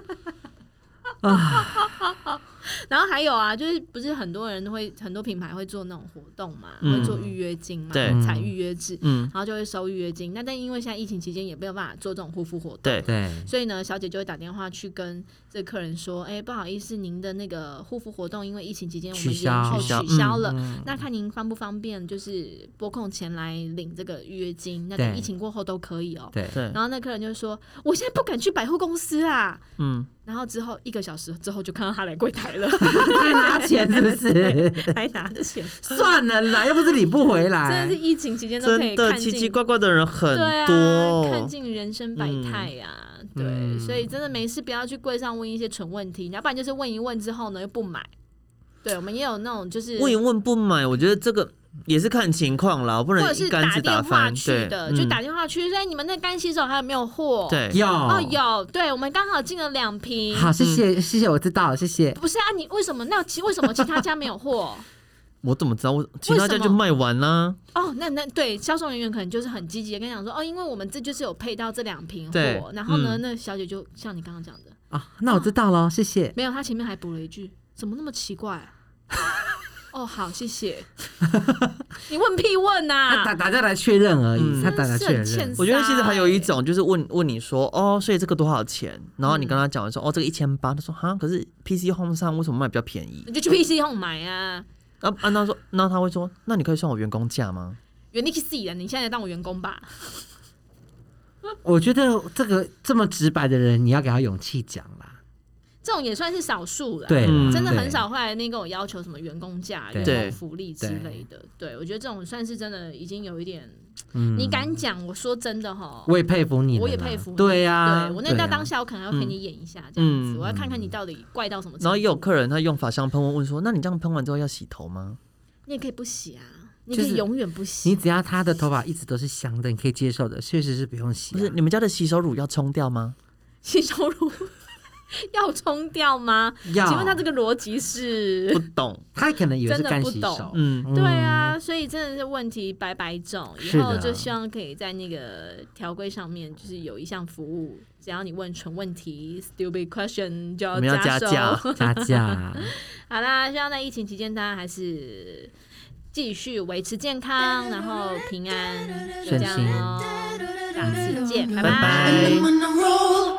Speaker 3: 然后还有啊，就是不是很多人会很多品牌会做那种活动嘛，
Speaker 2: 嗯
Speaker 3: 会做预约金嘛，
Speaker 2: 对
Speaker 3: 采预约制，
Speaker 2: 嗯，
Speaker 3: 然后就会收预约金。那但因为现在疫情期间也没有办法做这种护肤活动，
Speaker 2: 对，
Speaker 4: 对，
Speaker 3: 所以呢，小姐就会打电话去跟这个客人说：“哎，不好意思，您的那个护肤活动因为疫情期间我
Speaker 4: 取
Speaker 3: 们
Speaker 4: 消
Speaker 3: 延后
Speaker 2: 取消
Speaker 3: 取消了。
Speaker 4: 嗯
Speaker 3: 那看您方不方便，就是拨空前来领这个预约金。那
Speaker 4: 对
Speaker 3: 等疫情过后都可以哦。
Speaker 4: 对，
Speaker 2: 对，
Speaker 3: 然后那客人就说：“我现在不敢去百货公司啊。
Speaker 2: 嗯，”
Speaker 3: 然后之后一个小时之后就看到他来柜 台了，
Speaker 4: 还拿钱是不是？
Speaker 3: 还拿着钱，
Speaker 4: 算了啦，又不是领不回
Speaker 3: 真的是
Speaker 4: 来。
Speaker 3: 疫情期间都可以
Speaker 2: 哎真的
Speaker 3: 看
Speaker 2: 奇
Speaker 3: 尽
Speaker 2: 奇怪怪的人很
Speaker 3: 对
Speaker 2: 多
Speaker 3: 啊，看
Speaker 2: 哦。
Speaker 3: 尽人生百态呀、对，
Speaker 4: 嗯
Speaker 3: 所以真的没事，不要去柜上问一些蠢问题，要不然就是问一问之后呢又不买。对，我们也有那种就是
Speaker 2: 问一问不买，我觉得这个也是看情况啦，我不
Speaker 3: 或者
Speaker 2: 能
Speaker 3: 是
Speaker 2: 一竿
Speaker 3: 打
Speaker 2: 子
Speaker 3: 电话
Speaker 2: 翻。
Speaker 3: 去
Speaker 2: 对，
Speaker 3: 的，
Speaker 2: 嗯
Speaker 3: 就打电话去，说、哎你们那干洗手还有没有货？，
Speaker 2: 对，
Speaker 4: 有
Speaker 3: 哦，有，对我们刚好进了两瓶。
Speaker 4: 好，谢
Speaker 2: 嗯
Speaker 4: 谢谢谢，我知道了，谢谢。
Speaker 3: 不是啊，你为什么？那其为什么其他家没有货？
Speaker 2: 我怎么知道？我其他家就卖完啦、
Speaker 3: 哦，那那对销售人员可能就是很积极的跟你讲说，哦，因为我们这就是有配到这两瓶
Speaker 2: 对
Speaker 3: 货，然后呢，
Speaker 2: 嗯
Speaker 3: 那小姐就像你刚刚讲的，
Speaker 4: 啊，那我知道了，谢谢。
Speaker 3: 没有，他前面还补了一句：“怎么那么奇怪、啊 哦，好，谢谢。 你问屁问啊
Speaker 4: 他
Speaker 3: 呐、
Speaker 4: 打打架来确认而已，
Speaker 2: 嗯
Speaker 4: 他打来确
Speaker 3: 真是很欠。
Speaker 4: 认
Speaker 2: 我觉得其实还有一种就是问问你说哦，所以这个多少钱？然
Speaker 3: 嗯
Speaker 2: 后你跟他讲完说、哦，这个一千八，他说哈，可是 PC Home 上为什么卖比较便宜？
Speaker 3: 你就去 PC 后买啊，
Speaker 2: 然后按他说，那他会说，那你可以算我员工价吗？
Speaker 3: 原地去死啊！你现在当我员工吧。
Speaker 4: 我觉得这个这么直白的人，你要给他勇气讲啦。
Speaker 3: 这种也算是少数了。
Speaker 4: 对啦，
Speaker 2: 嗯
Speaker 3: 真的
Speaker 4: 对
Speaker 3: 很少会来那跟我要求什么员工价、
Speaker 4: 对
Speaker 3: 员工福利之类的。对我觉得这种算是真的已经有一点，你敢讲，我说真的哈，
Speaker 4: 嗯我也佩服你们啦，啊
Speaker 3: 我也佩服你
Speaker 4: 对呀，
Speaker 3: 对我那到
Speaker 4: 对啊
Speaker 3: 当下我可能要陪你演一下这样子，
Speaker 2: 嗯
Speaker 3: 我要看看你到底怪到什么程度。
Speaker 2: 然后也有客人他用法香喷雾问说，那你这样喷完之后要洗头吗？
Speaker 3: 你也可以不洗啊，你
Speaker 4: 就
Speaker 3: 可
Speaker 4: 是
Speaker 3: 以永远不洗。
Speaker 4: 你只要他的头发一直都是香的，你可以接受的，确实是不用洗、啊
Speaker 2: 不
Speaker 3: 啊
Speaker 2: 是，，你们家的洗手乳要冲掉吗？
Speaker 3: 洗手乳 要冲掉吗？
Speaker 4: 要
Speaker 3: 请问他这个逻辑是
Speaker 2: 不？懂，
Speaker 4: 他可能以为是
Speaker 3: 真的
Speaker 4: 干
Speaker 3: 不
Speaker 4: 洗
Speaker 3: 懂
Speaker 4: 手，
Speaker 2: 嗯，
Speaker 3: 对啊，所以真的是问题百百种，以
Speaker 4: 是
Speaker 3: 后
Speaker 4: 的
Speaker 3: 就希望可以在那个条规上面，就是有一项服务，只要你问蠢问题 （stupid question） 就
Speaker 2: 我们要加
Speaker 3: 收。
Speaker 2: 价
Speaker 4: 加价，
Speaker 3: 好啦，希望在疫情期间大家还是继续维持健康，然后平安，就这样哦，下次见，拜
Speaker 4: 拜拜
Speaker 1: And I'm on a roll.